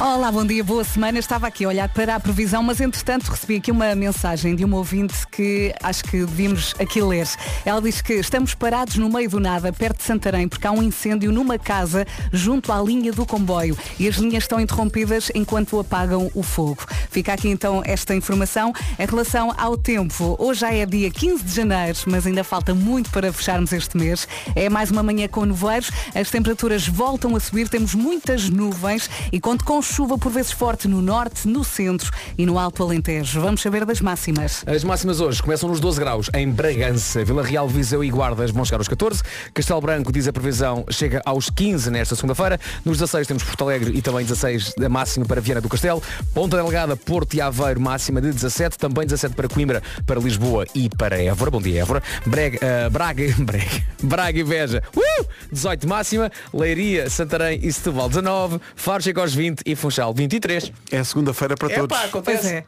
Olá, bom dia, boa semana. Estava aqui a olhar para a previsão, mas entretanto recebi aqui uma mensagem de uma ouvinte que acho que devíamos aqui ler. Ela diz que estamos parados no meio do nada, perto de Santarém, porque há um incêndio numa casa junto à linha do comboio e as linhas estão interrompidas enquanto apagam o fogo. Fica aqui então esta informação em relação ao tempo. Hoje já é dia 15 de janeiro, mas ainda falta muito para fecharmos este mês. É mais uma manhã com nevoeiros, as temperaturas voltam a subir, temos muitas nuvens e conto com chuva por vezes forte no norte, no centro e no Alto Alentejo. Vamos saber das máximas. As máximas hoje começam nos 12 graus em Bragança, Vila Real, Viseu e Guardas vão chegar aos 14. Castelo Branco, diz a previsão, chega aos 15 nesta segunda-feira. Nos 16 temos Porto Alegre e também 16 da máxima para Viana do Castelo. Ponta Delgada, Porto e Aveiro, máxima de 17. Também 17 para Coimbra, para Lisboa e para Évora. Bom dia, Évora. Brega, eh, Braga, [laughs] Brega, Braga e Veja, uh! 18 máxima. Leiria, Santarém e Setúbal, 19. Faro chega aos 20 e Funchal, 23. É segunda-feira para todos. Pois é.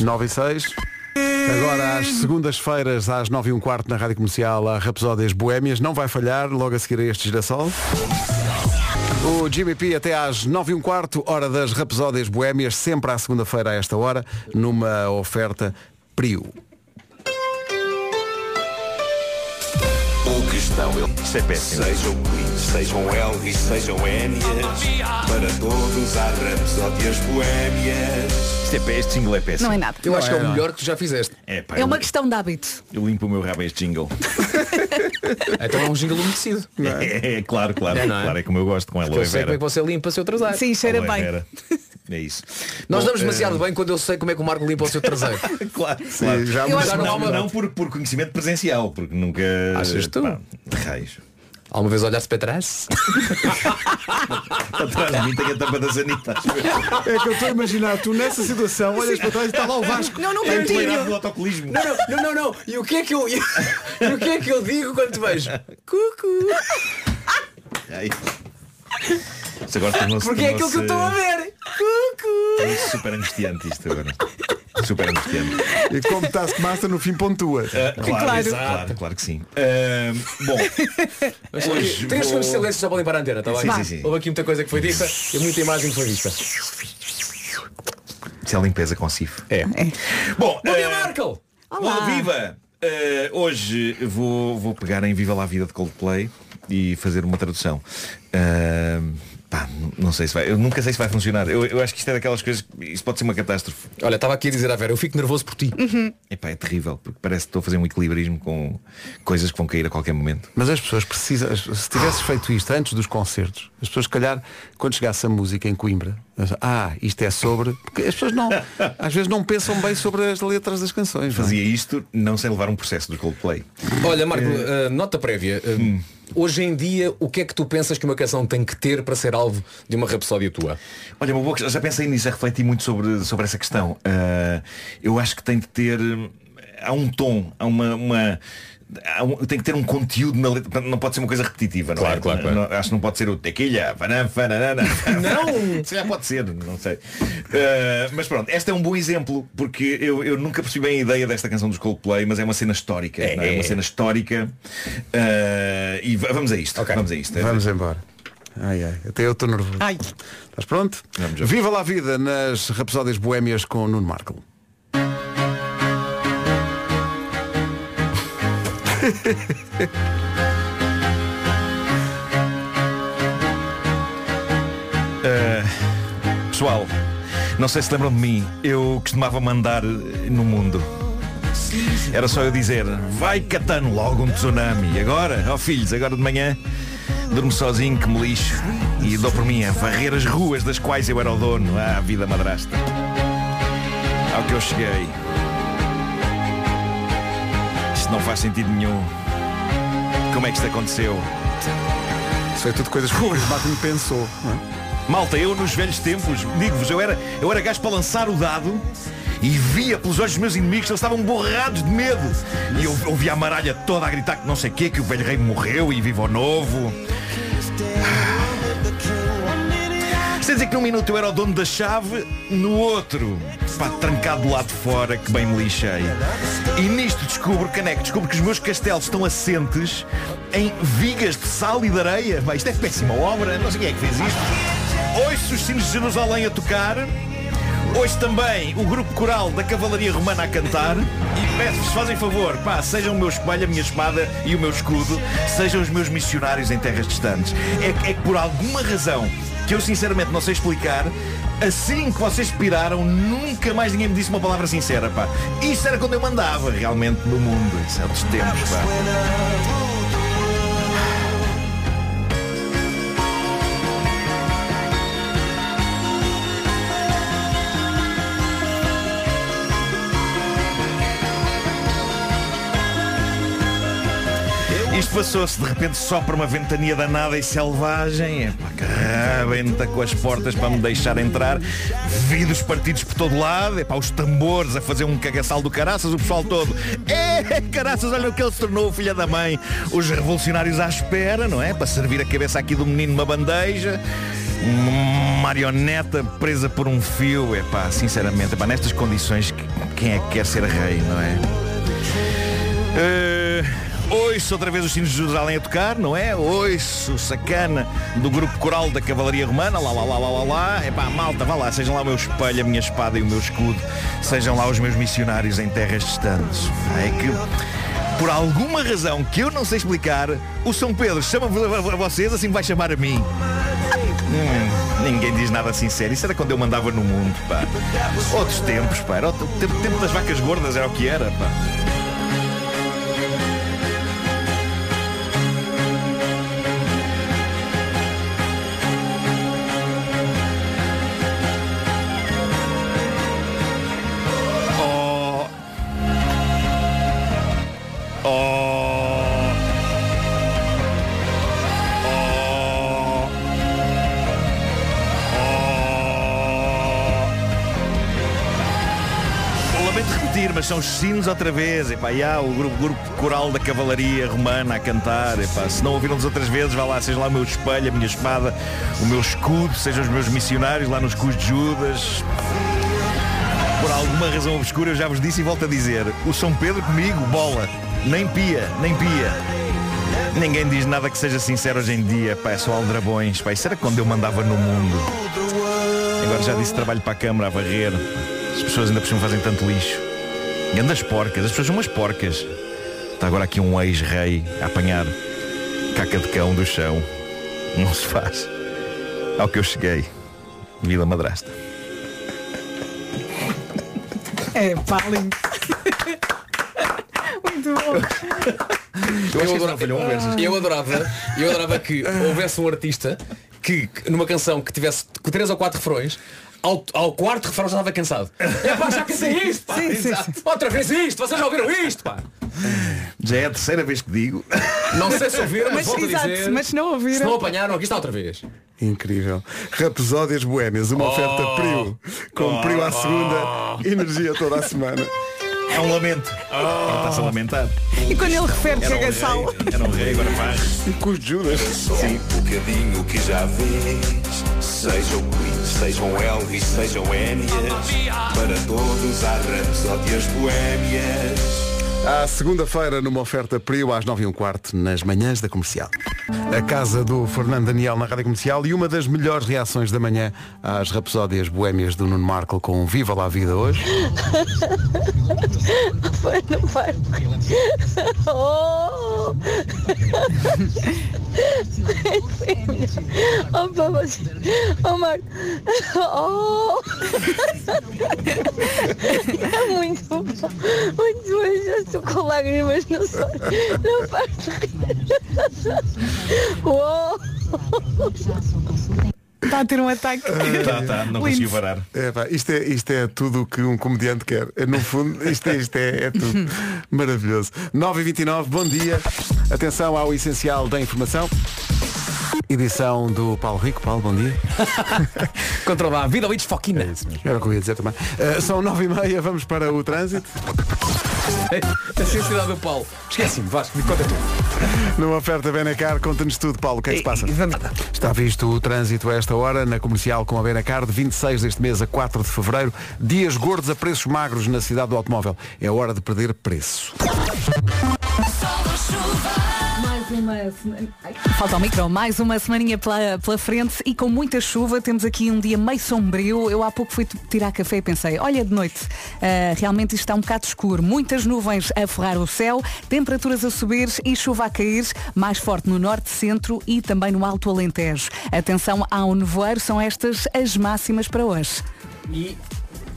9 e 6. Agora às segundas-feiras, às 9 e um quarto na Rádio Comercial, a Rapsódias Boémias. Não vai falhar, logo a seguir a este girassol. O Jimmy P até às 9 e um quarto, hora das Rapsódias Boémias, sempre à segunda-feira a esta hora, numa oferta Priu. O que estão eles? é Sejam Queens, sejam Elvis, sejam Énias. Para todos há rapsódias boémias. Isto é pé- este jingle é péssimo. Não é nada. Eu acho que é o melhor que tu já fizeste. É, pá, É uma eu, questão de hábito. eu limpo o meu rabo a este jingle. então é um jingle umedecido. [laughs] É, claro, claro, Não é? claro, é como eu gosto com ela. Eu sei como é que você limpa o seu traseiro. Sim, cheira [laughs] Aloe vera. É isso. Nós Bom, damos demasiado eh, bem quando eu sei como é que o Marco limpa o seu traseiro. claro, É, claro. já me- Mas já me- não, não por, por conhecimento presencial, porque nunca. Achas tu? Pá, de raios. [laughs] Alguma vez olhaste para trás? Atrás de mim tem Tá a tampa da Zanita. acho eu. É que eu estou a imaginar, tu nessa situação olhas para trás e está lá o Vasco. Não, não, É Martinho. empoeirado do autocolismo. Não, não, não, não, não. E o que é que eu, [laughs] e o que é que eu digo quando te vejo? Cucu. Ai. Isto agora tornou-se- Porque é aquilo que eu estou a tornou-se- ver. Cucu. tornou-se Super angustiante isto agora. Super [laughs] angustiante. E como Taskmaster no fim pontua. Ah, claro, Claro. exato, claro. claro que sim. Ah, [laughs] bom, hoje Três vou- segundos de silêncio só para limpar a antena, está Sim, bem? sim, sim. Houve aqui muita coisa que foi dita e muita imagem que foi [laughs] vista. Isso é limpeza com cifre. É. Bom, Bom dia, eh, Marco! Olá, viva! Eh, hoje vou, vou pegar em Viva lá a Vida de Coldplay e fazer uma tradução. Eh, pá, n- não sei se vai. Eu nunca sei se vai funcionar. Eu, eu acho que isto é daquelas coisas. que- Isto pode ser uma catástrofe. Olha, estava aqui a dizer à Vera, eu fico nervoso [laughs] por ti. Epá, é terrível, porque parece que estou a fazer um equilibrismo com coisas que vão cair a qualquer momento. Mas as pessoas precisam, as- se tivesses feito isto antes dos concertos, as pessoas se calhar, quando chegasse a música em Coimbra, elas, ah, isto é sobre. Porque as pessoas não, às vezes não pensam bem sobre as letras das canções. não é? Fazia isto não sem levar um processo do Coldplay. Olha, Marco, eh, nota prévia. Eh, Hoje em dia, o que é que tu pensas que uma canção tem que ter para ser alvo de uma rapsódia tua? Olha, uma boa questão. já pensei nisso, já refleti muito sobre, sobre essa questão. Ah, eu acho que tem de ter. hum, Há um tom, há uma. uma- há um- tem que ter um conteúdo na letra. Portanto, Não pode ser uma coisa repetitiva, não Claro, é? claro, claro. Não- acho que não pode ser o tequilha, banana, banana. Não! Se calhar pode ser, não sei. Ah, mas pronto, este é um bom exemplo, porque eu, eu nunca percebi bem a ideia desta canção dos Coldplay, mas é uma cena histórica. não É, é. uma cena histórica. Ah, e va- vamos a isto. Vamos a isto. Vamos embora. Ai, ai, até eu estou nervoso. Ai. Estás pronto? Vamos já. Viva lá a vida nas Rapsódias Boémias com o Nuno Marco. Pessoal, não sei se lembram de mim, eu costumava mandar eh, no mundo. Era só eu dizer, vai catando logo um tsunami. Agora, ó filhos, agora de manhã, durmo sozinho que me lixo e dou por mim a varrer as ruas das quais eu era o dono. Ah, vida madrasta. Ao que eu cheguei. Isto não faz sentido nenhum. Como é que isto aconteceu? Isso é tudo coisas que o Batman pensou. Malta, eu nos velhos tempos, digo-vos, eu era, eu era gajo para lançar o dado e via pelos olhos dos meus inimigos que eles estavam borrados de medo. E eu ouvia a maralha toda a gritar que não sei o quê, que o velho rei morreu e viva o novo. Sem dizer que num minuto eu era o dono da chave, no outro, pá, trancado lá de fora, que bem me lixei. E nisto descubro, caneco, descubro que os meus castelos estão assentes em vigas de sal e de areia. Bem, isto é péssima obra, não sei quem é que fez isto. Ouço os sinos de Jerusalém a tocar. Hoje também o grupo coral da Cavalaria Romana a cantar e peço-vos, fazem favor, pá, sejam o meu espelho, a minha espada e o meu escudo, sejam os meus missionários em terras distantes. É, que- é que por alguma razão que eu sinceramente não sei explicar, assim que vocês piraram, nunca mais ninguém me disse uma palavra sincera, pá. Isso era quando eu mandava realmente no mundo, em certos tempos, pá. Isto passou-se de repente só para uma ventania danada e selvagem. Epá, que rebenta com as portas para me deixar entrar. Vidos partidos por todo lado. Epá, os tambores a fazer um cagaçal do caraças, o pessoal todo. É, caraças, olha o que ele se tornou, filha da mãe. Os revolucionários à espera, não é? Para servir a cabeça aqui do menino numa bandeja. Uma marioneta presa por um fio. Epá, sinceramente, epá, nestas condições, que- quem é que quer ser rei, não é? Eh, ouço outra vez os sinos de Jerusalém a tocar, não é? Ouço sacana do grupo coral da Cavalaria Romana, lá lá lá lá lá lá. Epá, malta, vá lá, sejam lá o meu espelho, a minha espada e o meu escudo, sejam lá os meus missionários em terras distantes. É que, por alguma razão que eu não sei explicar, o São Pedro chama a a- a vocês, assim vai chamar a mim. Hum, ninguém diz nada sincero. Isso era quando eu mandava no mundo, pá. Outros tempos, pá. Era o tempo, tempo das vacas gordas era o que era, pá. Oh. Oh. Oh. Oh. Lamento repetir, mas são os sinos outra vez. Epá, e há o grupo, grupo coral da cavalaria romana a cantar. Epá, se não ouviram-nos outras vezes, vá lá, seja lá o meu espelho, a minha espada, o meu escudo, sejam os meus missionários lá nos cus de Judas. Por alguma razão obscura eu já vos disse e volto a dizer O São Pedro comigo, bola Nem pia, nem pia Ninguém diz nada que seja sincero hoje em dia Pá, é só aldrabões Pá, isso era quando eu mandava no mundo Agora já disse trabalho para a câmara a varrer As pessoas ainda por cima fazem tanto lixo E andas porcas, as pessoas são umas porcas Está agora aqui um ex-rei a apanhar Caca de cão do chão Não se faz Ao que eu cheguei Vila Madrasta É, Paulinho. Muito bom. Eu, eu, um adorava- eu adorava, eu adorava que houvesse um artista que, que numa canção que tivesse com três ou quatro refrões, ao, ao quarto refrão já estava cansado. É pá, já cansei isto, pá. Exato. Outra vez isto, vocês já ouviram isto, pá. Já é a terceira vez que digo Não sei se ouviram, Mas, mas, volto a exato, dizer, mas se não ouviram- Se não apanharam, aqui está outra vez. Incrível. Rapsódias Boémias, uma Oh. oferta Prio. Com Oh. Prio à segunda, energia toda a semana. É um lamento. Oh. Ele está-se a lamentar. E quando ele refere é Era um chega a rei, sal. Era um rei, agora faz. E com os Judas. Sim. Um bocadinho que já vês. Sejam Queen, sejam Elvis, sejam Enias. Para todos há rapsódias boémias. À segunda-feira, numa oferta Prio, às 9 e um quarto, nas manhãs da comercial. A casa do Fernando Daniel na Rádio Comercial e uma das melhores reações da manhã às rapsódias boémias do Nuno Marco com Viva lá a Vida hoje. Foi no barco. Oh! Oh, babas. Oh, Marco. Oh! É muito bom. Muito bom. Já estou com lágrimas, não sei. Não faz rir. Uou! está a ter um ataque. Tá, Lindo. É, pá, isto, é, isto é tudo o que um comediante quer. É, No fundo, isto, é- isto é, é [laughs] tudo. Maravilhoso. 9h29, bom dia. Atenção ao essencial da informação. Edição do Paulo Rico. Paulo, bom dia. Controla a vida, Luís Foquina. Era o que eu ia dizer também. Eh, são 9h30, vamos para o trânsito. A sensibilidade do Paulo. Esquece-me, Vasco, me conta tudo. Numa oferta Benacar, conta-nos tudo, Paulo, o que é que se passa? Está visto o trânsito a esta hora na comercial com a Benacar, de 26 deste mês a 4 de fevereiro. Dias gordos a preços magros na cidade do automóvel. É hora de perder preço. Mais uma sema- Ai, Falta o micro, mais uma semaninha pela, pela frente e com muita chuva temos aqui um dia meio sombrio. Eu há pouco fui t- tirar café e pensei, olha de noite, ah, realmente isto está um bocado escuro, muitas nuvens a forrar o céu, temperaturas a subir e chuva a cair, mais forte no norte, centro e também no alto Alentejo. Atenção ao nevoeiro, são estas as máximas para hoje. E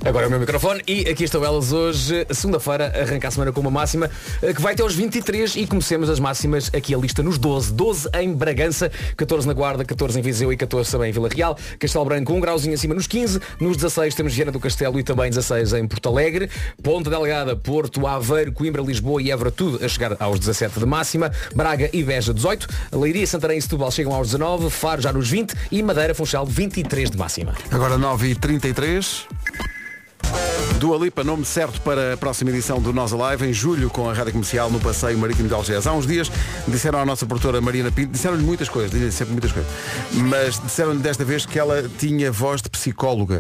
Agora é o meu microfone e aqui estão elas hoje, segunda-feira, arranca a semana com uma máxima eh, que vai até aos 23 e comecemos as máximas aqui a lista nos 12. 12 em Bragança, 14 na Guarda, 14 em Viseu e 14 também em Vila Real. Castelo Branco, um grauzinho acima nos 15. Nos 16 temos Viana do Castelo e também 16 em Porto Alegre. Ponta Delgada, Porto, Aveiro, Coimbra, Lisboa e Évora, tudo a chegar aos 17 de máxima. Braga e Beja, 18. Leiria, Santarém e Setúbal chegam aos 19. Faro já nos 20 e Madeira, Funchal, 23 de máxima. Agora 9h33. Dua Lipa, nome certo para a próxima edição do Nós Alive, em julho, com a Rádio Comercial no Passeio Marítimo de Algés. Há uns dias disseram à nossa produtora Marina Pinto, disseram-lhe muitas coisas, dizem sempre muitas coisas, mas disseram-lhe desta vez que ela tinha voz de psicóloga.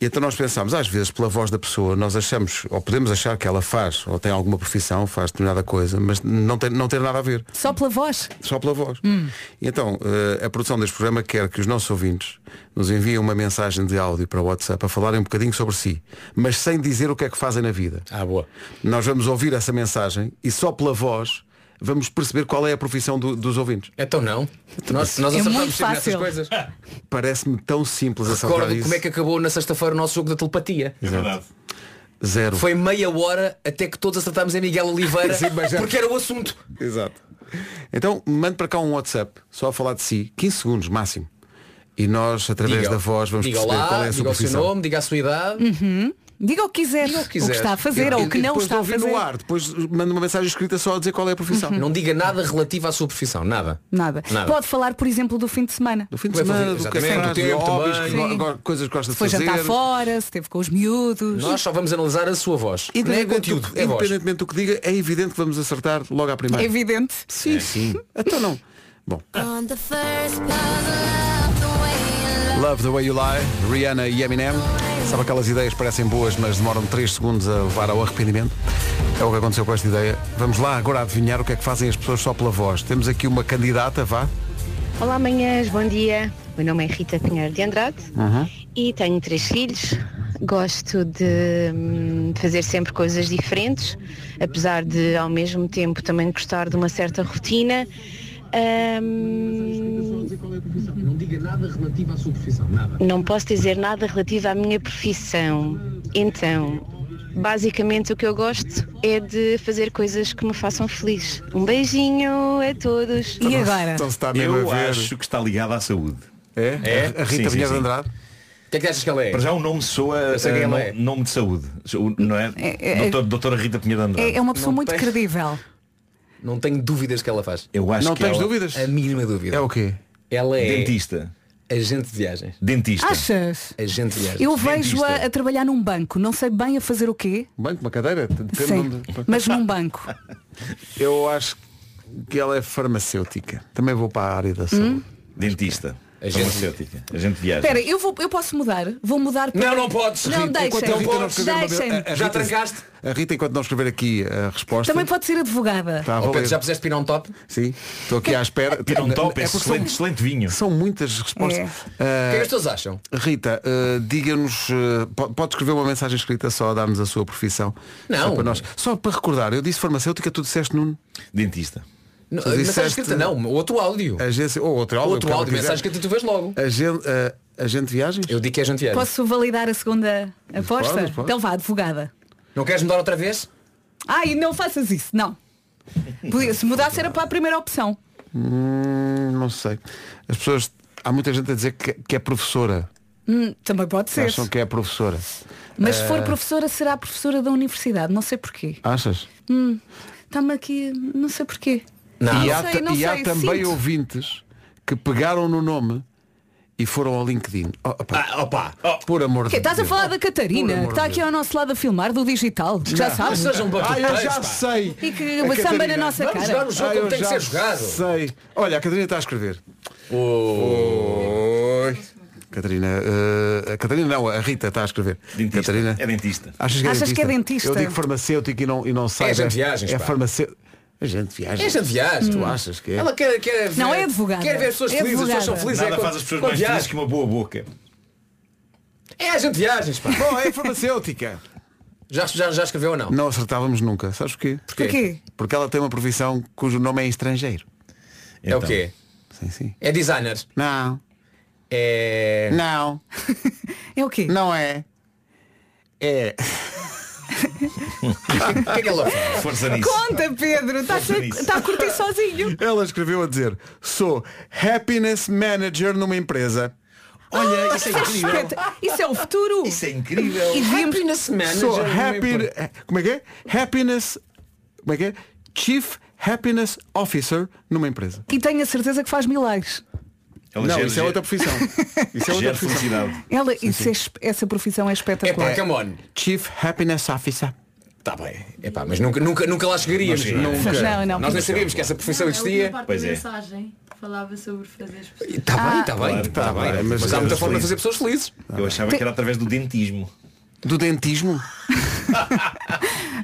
E então nós pensámos, às vezes, pela voz da pessoa, nós achamos, ou podemos achar que ela faz, ou tem alguma profissão, faz determinada coisa, mas não tem, não tem nada a ver, Só pela voz? só pela voz. E Então, eh, a produção deste programa quer que os nossos ouvintes nos enviem uma mensagem de áudio para o WhatsApp a falarem um bocadinho sobre si, mas sem dizer o que é que fazem na vida. Ah, boa. Nós vamos ouvir essa mensagem e só pela voz vamos perceber qual é a profissão do- dos ouvintes. Então não. Nós, nós É acertamos muito sempre nessas fácil. coisas. Parece-me tão simples essa Recordo como é que acabou na sexta-feira o nosso jogo da telepatia. Zero. Foi meia hora até que todos acertámos em Miguel Oliveira Sim, mas já- porque era o assunto. Exato. Então, mande para cá um WhatsApp, só a falar de si, 15 segundos máximo. E nós, através Diga- da voz, vamos diga perceber olá, qual é a sua diga o seu profissão. nome, diga a sua idade. Uhum. Diga o que quiser, Diga o que, está a fazer ou o que E não depois de está a ouvir fazer. Uhum. no ar, depois manda uma mensagem escrita só a dizer qual é a profissão. Não diga nada relativo à sua profissão, nada. Nada. Nada. Pode falar, por exemplo, do fim de semana. Do fim de semana, do que é que Exatamente, faz, do tempo de hobbies, também. que go- Sim. go- coisas que gosta de Foi fazer. jantar fora, se teve com os miúdos. Nós só vamos analisar a sua voz. Não é Independentemente, conteúdo, do, que- é voz. independentemente do que diga, é evidente que vamos acertar logo à primeira. É evidente. Sim, sim. Então não. Love the way you lie, Rihanna e Eminem. Sabe aquelas ideias que parecem boas, mas demoram 3 segundos a levar ao arrependimento? É o que aconteceu com esta ideia. Vamos lá agora adivinhar o que é que fazem as pessoas só pela voz. Temos aqui uma candidata, vá. Olá, manhãs, bom dia. O meu nome é Rita Pinheiro de Andrade e tenho três filhos. Gosto de hum, fazer sempre coisas diferentes, apesar de ao mesmo tempo também gostar de uma certa rotina. Hum, Não diga nada relativo à sua profissão, Uhum. nada. não posso dizer nada relativo à minha profissão. Então, basicamente o que eu gosto é de fazer coisas que me façam feliz. Um beijinho a todos. É. Então Eu acho que está ligado à saúde. É? A Rita Vinha de Andrade? O que é que achas que ela é? Para já o nome soa Eu sei quem eh, ela no- é. nome de saúde. O- Não é? É, é, Doutor- doutora Rita Pinheiro de Andrade. É, é uma pessoa muito credível. Não tenho dúvidas que ela faz. Eu acho que é ela- A mínima dúvida. É o quê? Ela é Dentista. agente de viagens. Dentista. Achas? Agente de viagens. Eu vejo-a a trabalhar num banco. Não sei bem a fazer o quê. Banco, uma cadeira? Depende de Sim, onde- mas num banco. Eu acho que ela é farmacêutica. Também vou para a área da saúde. Hum? Dentista. Farmacêutica. A gente viaja. Espera, eu, vou, eu posso mudar? Vou mudar para... Não, não podes, Não, Rita. deixem. Enquanto a Rita não escrever uma- Deixem. A- a Rita- A Rita, enquanto não escrever aqui a resposta. Também pode ser advogada. Tá, vou ler. já um puseste pirão top? Sim, estou aqui à [laughs] espera. É Pirão um top, é porque excelente- excelente vinho. São muitas respostas. É. Ah, O que é que as pessoas acham? Rita, ah, diga-nos, ah, po- pode escrever uma mensagem escrita só a dar-nos a sua profissão? Não. Só para, nós. Só para recordar, eu disse farmacêutica, tu disseste Nuno? Dentista. Não, mensagem escrita não, outro áudio. Agência, ou outro áudio. Outro áudio, mensagem escrita, tu vês logo. Agente, agente viagens? Eu digo que é agente viagens. Posso validar a segunda aposta? Podes, podes. Então vá, advogada. Não queres mudar outra vez? Ai, não faças isso, não. Podia- Se mudasse era para a primeira opção. Hum, não sei. As pessoas Há muita gente a dizer que, que é professora. Hum, também pode ser. Acham que é professora. Mas se for Eh, professora, será professora da universidade. Não sei porquê. Achas? Hum, Está-me aqui, não sei porquê. E há, sei, ta- não e há sei, também sinto. ouvintes que pegaram no nome e foram ao LinkedIn. Oh, opa. Oh. Por amor Que, de Deus. estás a falar da Catarina, que está aqui ao nosso lado a filmar, do digital, que já, sabes. um Ah, eu já sei. E que A samba Catarina- na nossa Vamos cara. jogar o jogo Ah, como eu tem que já ser jogado. sei. Olha, a Catarina está a escrever. Oi. Catarina, eh, a Catarina não, a Rita está a escrever. Catarina. É dentista. Achas que é, Achas dentista? que é dentista? Eu digo farmacêutico e não, e não sai. É gente de viagens, É pá. farmacêutico. A gente viaja. É gente de viagens. Tu Hum. achas que é? Ela quer, quer ver, Não é advogada. Quer ver as pessoas É felizes, as pessoas são advogada. felizes. Nada é quando- faz as pessoas quando mais viajam. felizes que uma boa boca. É a gente de viagens, pá. Bom, é farmacêutica. Já, já, já escreveu ou não? Então. Não acertávamos nunca. Sabes porquê? Porquê? Porquê? Porque ela tem uma profissão cujo nome é estrangeiro. É Então, o quê? Sim, sim. É designer? Não. É. Não. É o quê? Não é. É. O que é que ela faz? Força Conta, Pedro, estás Força nisso. a, tá a curtir sozinho. Ela escreveu a dizer, sou happiness manager numa empresa. Ah, é espet- Isso é o futuro. Isso é incrível. E devíamos... Sou happy, como é que é? Happiness, como é que é? Chief Happiness Officer numa empresa. E tenho a certeza que faz milagres. Não, isso é outra [laughs] profissão. Isso é outra profissão. Ela, isso é esp- essa profissão é espetacular. Chief Happiness Officer. Está bem. É pá, mas nunca, nunca, nunca lá chegaríamos. Não chegaríamos. Nunca. Não, não. Nós nem sabíamos que essa profissão existia. é. mensagem falava sobre fazer as pessoas. Está bem, Ah, está bem. Está tá Claro, bem. claro, Mas, há muita felizes. forma de fazer pessoas felizes. Eu achava que era através do dentismo. Do dentismo?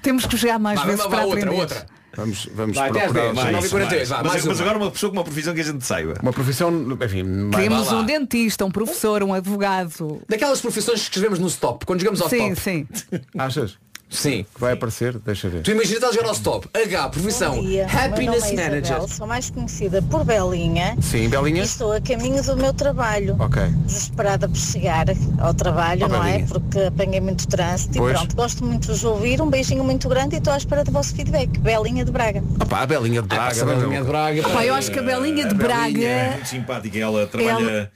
Temos que jogar mais Vá, vezes vá, vá, para outra, aprender. outra. Vamos, vamos Vai, até às procurar. 10, vai, Sim, isso, vai. vai. Mas- mas agora uma pessoa com uma profissão que a gente saiba. Uma profissão, enfim, vai- Queremos vá lá. um dentista, um professor, um advogado. Daquelas profissões que escrevemos no stop, quando jogamos ao Sim, stop. sim. Achas? Sim. Vai aparecer, deixa ver. Tu imaginas estás a jogar ao stop. H, profissão. Bom dia, Happiness meu nome é Manager. Isabel, sou mais conhecida por Belinha. Sim, E Belinha. estou a caminho do meu trabalho. Ok. Desesperada por chegar ao trabalho, Oh, não é? Belinha. Porque apanhei muito trânsito Pois. e pronto, gosto muito de vos ouvir. Um beijinho muito grande e estou à espera do vosso feedback. Belinha de Braga. Opa, a Belinha de Braga. né? essa Belinha de Braga. Pá, eu acho que a Belinha de A Braga- é muito simpática. Ela trabalha,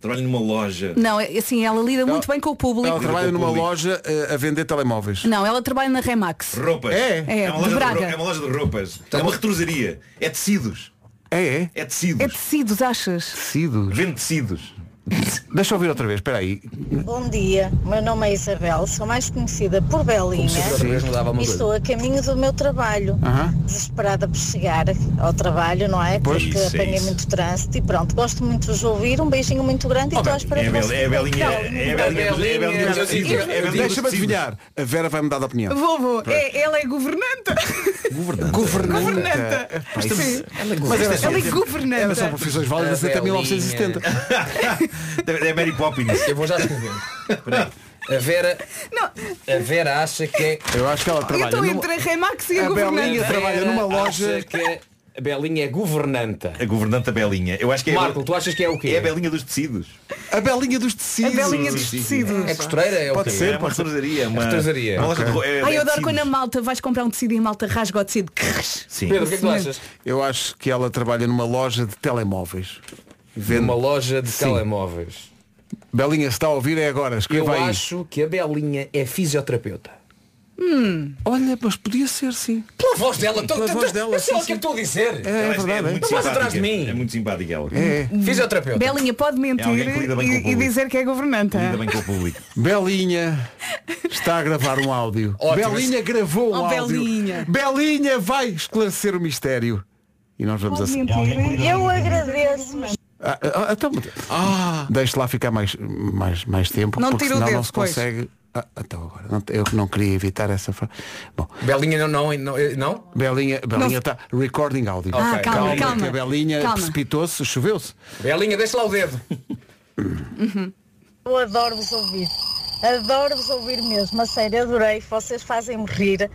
trabalha numa loja. Não, é- assim, ela lida muito bem com o público. Ela trabalha numa loja eh, a vender telemóveis. Não, ela trabalha na Remax. Roupas. É, uma de loja Braga. roupa- é uma loja de roupas. É uma retrosaria. É tecidos. É, é? É tecidos. É tecidos, achas? Tecidos. Vende tecidos. Deixa eu ouvir outra vez, espera aí. Bom dia, meu nome é Isabel, sou mais conhecida por Como Belinha. se outra vez mudava uma E coisa. estou a caminho do meu trabalho. Aham. Desesperada por chegar ao trabalho, não é? Pois. Porque Isso, é apanhei isso. muito trânsito e pronto, gosto muito de vos ouvir. Um beijinho muito Oh, grande e estou à espera É de a Bel- vocês. é a Belinha. É a Belinha. dos- É a Belinha. dos- é a Belinha dos Deixa-me tecidos. adivinhar. A Vera vai mudar de opinião. Vou, vou. É, ela é governanta. Governanta. Governanta. Epá, isso- Sim. Ela é Mas era governanta. só- ela é governanta. Era só profissões válidas A até Belinha. 1970. É Mary [laughs] Poppins. Eu vou já escrever. A Vera. A Vera acha que é. Eu acho que ela Eu estou entre a Remax e a, governanta. Acha que é- a Belinha é governanta. A governanta Belinha. Eu acho que é Marco, tu achas que é o quê? É a Belinha dos tecidos. A Belinha dos tecidos. A Belinha dos tecidos. É costureira? É o Pode quê? ser, É pode ser. É uma retrosaria. uma loja de ro- é- Ai, é eu adoro tecidos. quando a malta vais comprar um tecido e a malta rasga o tecido. Sim. Pedro, o que é que tu achas? Eu acho que ela trabalha numa loja de telemóveis. Numa loja de telemóveis. Belinha, se está a ouvir é agora. Eu Escreva aí. acho que a Belinha é fisioterapeuta. Olha, mas podia ser sim. Pela voz dela, tô, Pela tô- voz tô- dela, eu sei sim, lá o sim. que é que estou a dizer. É, é verdade, é. muito Não vais atrás de simpática. mim. É muito simpática ela. Fisioterapeuta. Belinha pode É alguém que mentir lida bem com e, o e público. dizer que é governanta. Lida bem com o público. Belinha está a gravar um [laughs] áudio. Ótimo. Belinha gravou um Oh, áudio. Belinha. Belinha vai esclarecer o mistério. E nós vamos assim. Eu agradeço. Ah, ah, ah, então, Ah. Deixe lá ficar mais, mais, mais tempo, Não porque tira o senão dedo, não se pois. consegue. Ah, então agora, não- eu não queria evitar essa frase. Bom, Belinha não, não, não, não? Belinha Não. está recording áudio. Ah, calma, que calma. a Belinha Calma. precipitou-se, choveu-se. Belinha, deixa lá o dedo. Eu adoro-vos ouvir. Adoro-vos ouvir mesmo, a sério, adorei, vocês fazem-me rir,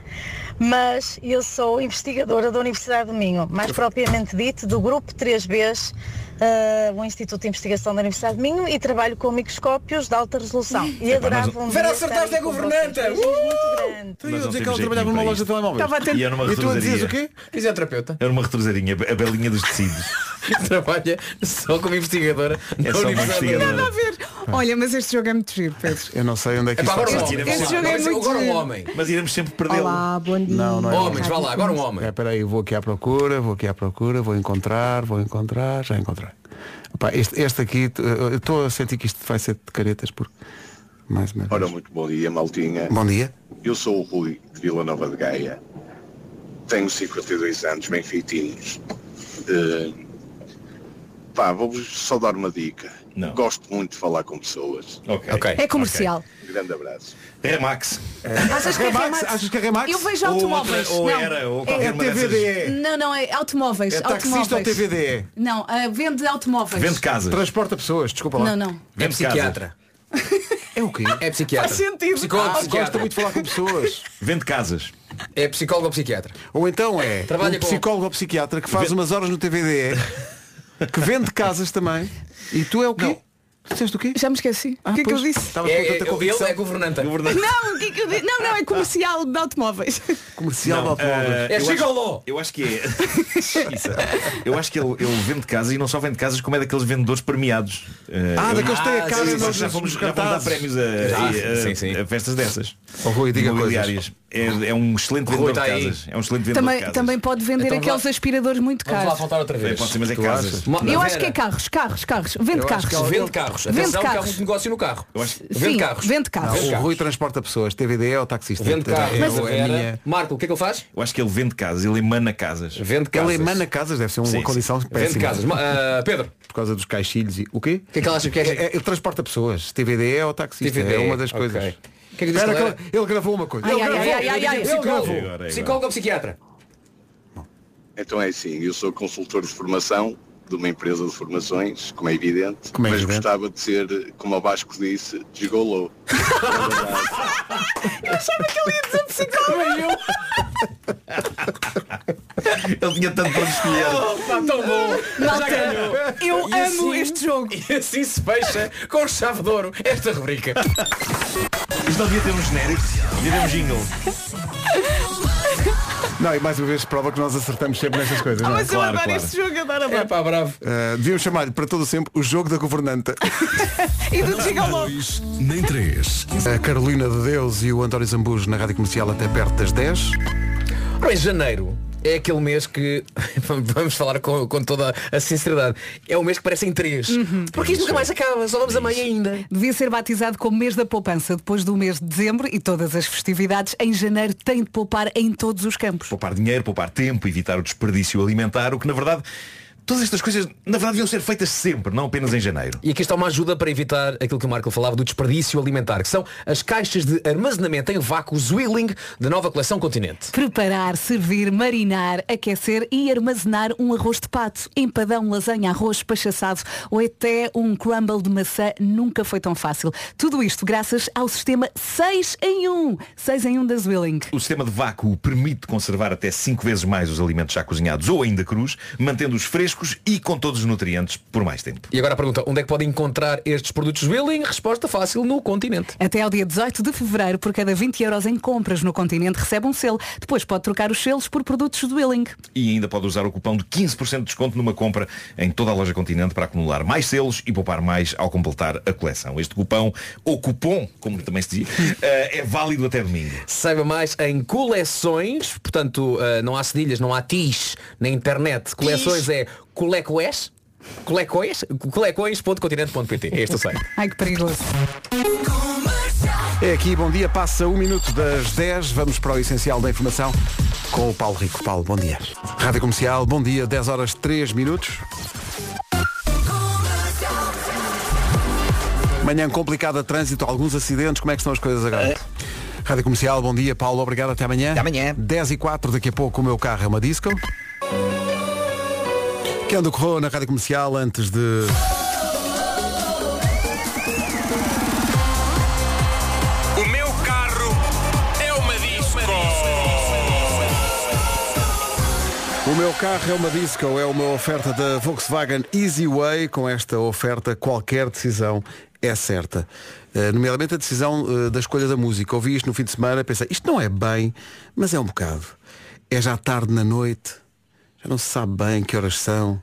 mas eu sou investigadora da Universidade do Minho, mais propriamente dito, do grupo 3Bs, eh, o Instituto de Investigação da Universidade do Minho, e trabalho com microscópios de alta resolução. E Epá, nós- adorava um Vera, dia acertaste é Uh! estar aí a com governanta! vocês. Beijinhos muito grandes. Eu Nós ia não dizer temos que ela jeitinho trabalhava numa para loja isto. de telemóveis. Estava a tentar- E é era uma e tu a dizias o retrosaria. quê? Fisioterapeuta. Era uma retrosarinha, a Belinha dos tecidos. [laughs] Trabalha só como investigadora. na só uma Universidade de investigadora. Nada Aveiro. a ver. Olha, mas este jogo é muito giro, Pedro. Eu não sei onde é que É isto pá, agora está. um homem. Este jogo é muito Agora um giro. homem. Mas iremos sempre Olá, bom dia. Não, não é Homens, vá lá, agora um homem. É, peraí, eu vou aqui à procura, vou aqui à procura, vou encontrar, vou encontrar, já encontrei. Epá, este, este aqui, t- eh, eu estou a sentir que isto vai ser de caretas, porque. Mais uma Ora, muito bom dia, Maltinha. Bom dia. Eu sou o Rui de Vila Nova de Gaia. Tenho 52 anos, bem feitinhos. Eh, pá, vou-vos só dar uma dica. Gosto muito de falar com pessoas. Ok. É comercial. Grande abraço. Remax. Achas que é Remax? Remax? Achas que é Remax? Eu vejo Ou automóveis. outra, ou não. era, ou qualquer É uma dessas. Hum, TVDE. Não, não, é automóveis. É taxista automóveis. ou TVDE? Não, ah, vende automóveis. Transporta pessoas, desculpa lá. Não, não. É psiquiatra. É o quê? É psiquiatra. Faz sentido. Psicólogo, Ah, psiquiatra. gosta muito de falar com [laughs] pessoas. Vende casas. É psicólogo ou psiquiatra? Ou então é Trabalha um com- psicólogo ou psiquiatra que faz Vende- umas horas no TVDE, que vende casas também, e tu é o quê? Tu disseste o quê? Já me esqueci. Ah, o que é que eu pois, disse? estavas com É, tanta ele convicção. é governanta. Não, o que é que eu disse? Não, não, é comercial de automóveis. Comercial Não, de automóveis. eh, eu acho- Eu acho [laughs] que é. Isso. eu acho que ele, ele vende casas e não só vende casas como é daqueles vendedores premiados. Eh, Ah, eu- daqueles que têm a cara sim, sim, nos- já fomos, nos já fomos dar cartazes. prémios a, Já. a- Sim, sim. a festas dessas. Oh, Rui, diga Imobiliárias. É, é um excelente Rui, vendedor tá de aí. casas. É um excelente vendedor de Também, casas. também pode vender Então aqueles aspiradores muito caros. outra vez. Pode ser, mas é Tu casas. achas? Mo- Eu Vera. acho que é carros, carros, carros. Vende Eu acho carros. que ela Vende carros. Vende Atenção, que há um carros. negócio no carro. Sim, Vende carros. vende carros. Não, o Rui transporta pessoas, TVDE ou taxista. Vende carros. É, Mas é a era- minha- Marco, o que é que ele faz? Eu acho que ele vende casas, ele emana casas. Vende Ele emana é casas, deve ser uma Sim, sim. condição péssima. Vende casas. Ma- ah, Pedro. Por causa dos caixilhos e o quê? O que é que ele acha que é? Ele transporta pessoas, TVDE ou taxista. É TVDE, uma das ok. coisas. O que é que disse Espera que ele ele, ele gravou uma coisa. Ai, Ele ai, gravou. ai, ai, ai, ai, Ele psicólogo. gravou. Agora, agora. Psicólogo ou psiquiatra? Então é assim, eu sou consultor de formação de uma empresa de formações, como é evidente, Como é mas evidente. gostava de ser, como o Vasco disse, gigolô. [laughs] Eu achava que ele ia dizer é psicólogo. Ele tinha tanto para escolher. Oh. tão bom. Malta, Já ganhou. eu E amo este jogo. E assim se fecha com chave de ouro esta rubrica. Isto não devia ter um genérico, devia ter um jingle. Não, e mais uma vez prova que nós acertamos sempre nestas coisas. não é? jogo, adoro, É pá, bravo. Uh, devíamos chamar-lhe para todo sempre o jogo da governanta. E do Gigolô. Nem três. A Carolina de Deus e o António Zambujo na Rádio Comercial até perto das 10. Ora bem, janeiro é aquele mês que [laughs] vamos falar com, com toda a sinceridade. É o mês que parecem três. Porque isto nunca mais acaba, só vamos a meio ainda. Devia ser batizado como mês da poupança depois do mês de dezembro e todas as festividades em janeiro tem de poupar em todos os campos. Poupar dinheiro, poupar tempo, evitar o desperdício alimentar, o que na verdade. Todas estas coisas, na verdade, deviam ser feitas sempre, não apenas em janeiro. E aqui está uma ajuda para evitar aquilo que o Marco falava do desperdício alimentar, que são as caixas de armazenamento em vácuo Zwilling da nova coleção Continente. Preparar, servir, marinar, aquecer e armazenar um arroz de pato, empadão, lasanha, arroz pachaçado ou até um crumble de maçã nunca foi tão fácil. Tudo isto graças ao sistema 6 em 1. 6 em 1 da Zwilling. O sistema de vácuo permite conservar até 5 vezes mais os alimentos já cozinhados ou ainda crus, mantendo-os frescos e com todos os nutrientes por mais tempo. E agora a pergunta, onde é que pode encontrar estes produtos Zwilling? Resposta fácil, no Continente. Até ao dia 18 de fevereiro, por cada 20 euros em compras no continente, recebe um selo. Depois pode trocar os selos por produtos do Willing. E ainda pode usar o cupom de 15% de desconto numa compra em toda a loja Continente para acumular mais selos e poupar mais ao completar a coleção. Este cupom, ou cupom, como também se dizia, eh, é válido até domingo. Saiba mais em coleções, portanto eh, não há cedilhas, não há tis na internet. Coleções é colecoes, colecoes, colecoes.continente.pt. É este o site. Ai que perigoso. É aqui, bom dia, passa um minuto das 10, vamos para o essencial da informação com o Paulo Rico. Paulo, bom dia. Rádio Comercial, bom dia, 10 horas 3 minutos. Manhã complicada, trânsito, alguns acidentes, como é que estão as coisas agora? Rádio Comercial, bom dia, Paulo, obrigado, até amanhã. Até amanhã. 10 e 4, daqui a pouco o meu carro é uma disco. Kendo Corrô na Rádio Comercial antes de... O meu carro é uma disco. O meu carro é uma disco, é uma oferta da Volkswagen Easy Way. Com esta oferta, qualquer decisão é certa. Eh, nomeadamente a decisão eh, da escolha da música. Ouvi isto no fim de semana, pensei, isto não é bem, mas é um bocado. É já tarde na noite, já não se sabe bem que horas são.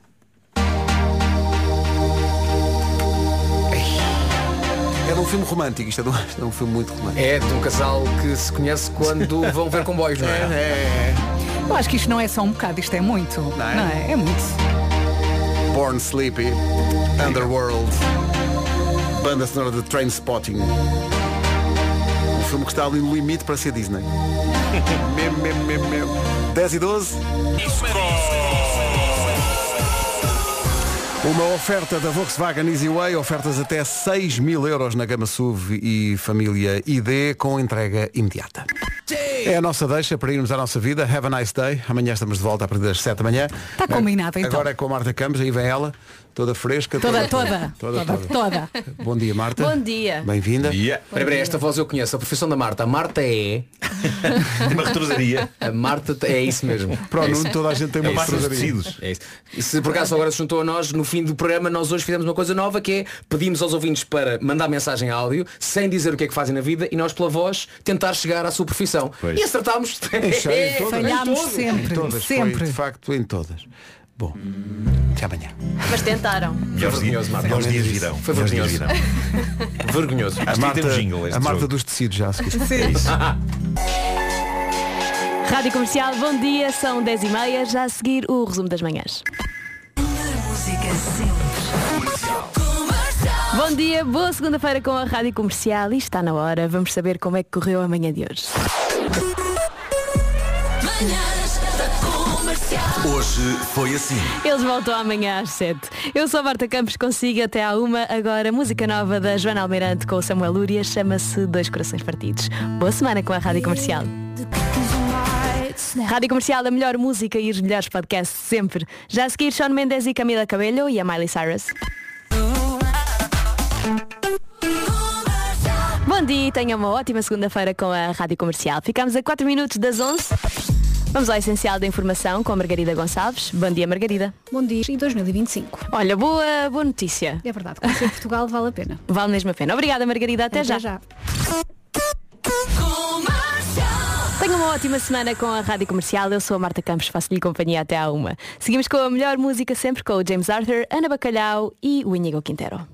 de um filme romântico, isto é de um, [laughs] isto é de um filme muito romântico. É, de um casal que se conhece quando [laughs] vão ver comboios, não é? É, Eu acho que isto não é só um bocado, isto é muito. Não é? É muito. Born Sleepy, Underworld, banda sonora de Train Spotting. Um filme que está ali no limite para ser Disney. mesmo, mesmo, mesmo, mesmo. 10 e 12. Uma oferta da Volkswagen Easyway, ofertas até 6 mil euros na gama SUV e família ID com entrega imediata. É a nossa deixa para irmos à nossa vida. Have a nice day. Amanhã estamos de volta a partir das 7 da manhã. Está combinado, então. Agora é com a Marta Campos, aí vem ela, toda fresca. Toda, toda. Toda, toda. Toda. Bom dia, Marta. Bom dia. Bem-vinda. Espera, espera, esta voz eu conheço, a profissão da Marta. A Marta é. uma retrosaria. A Marta t- é isso mesmo. Para o é Nuno, isso. toda a gente tem uma É isso. retrosaria. É isso. E se por acaso agora se juntou a nós, no fim do programa nós hoje fizemos uma coisa nova que é pedimos aos ouvintes para mandar mensagem a áudio, sem dizer o que é que fazem na vida, e nós pela voz tentar chegar à sua profissão. E acertámos. Em cheio, [laughs] em todas. Falhámos Em todas. É, sempre, Em todas. Foi, sempre. de facto, em todas. Bom, até amanhã. Mas tentaram. Melhores dias, Marta. Melhores dias virão. Foi Melhores dias vergonhoso. virão. Vergonhoso. Acho que temos um jingle este a Marta jogo. dos tecidos já a seguir. Sim. É isso. Rádio Comercial, bom dia, são 10 e meia, já a seguir o resumo das manhãs. Bom dia, boa segunda-feira com a Rádio Comercial e está na hora. Vamos saber como é que correu a manhã de hoje. Hoje foi assim. Eles voltam amanhã às 7. Eu sou a Marta Campos, consigo até à uma. Agora, música nova da Joana Almeirante com o Samuel Lúria chama-se Dois Corações Partidos. Boa semana com a Rádio Comercial. Rádio Comercial, a melhor música e os melhores podcasts sempre. Já a seguir, Sean Mendes e Camila Cabello e a Miley Cyrus. Bom dia e tenha uma ótima segunda-feira com a Rádio Comercial. Ficamos a 4 minutos das 11. Vamos ao essencial da informação com a Margarida Gonçalves. Bom dia, Margarida. Bom dia e 2025. Olha, boa, boa notícia. É verdade, conhecer Portugal vale a pena. Vale mesmo a pena. Obrigada, Margarida. Até, já. Tenha uma ótima semana com a Rádio Comercial. Eu sou a Marta Campos, faço-lhe companhia até à uma. Seguimos com a melhor música sempre com o James Arthur, Ana Bacalhau e o Inigo Quintero.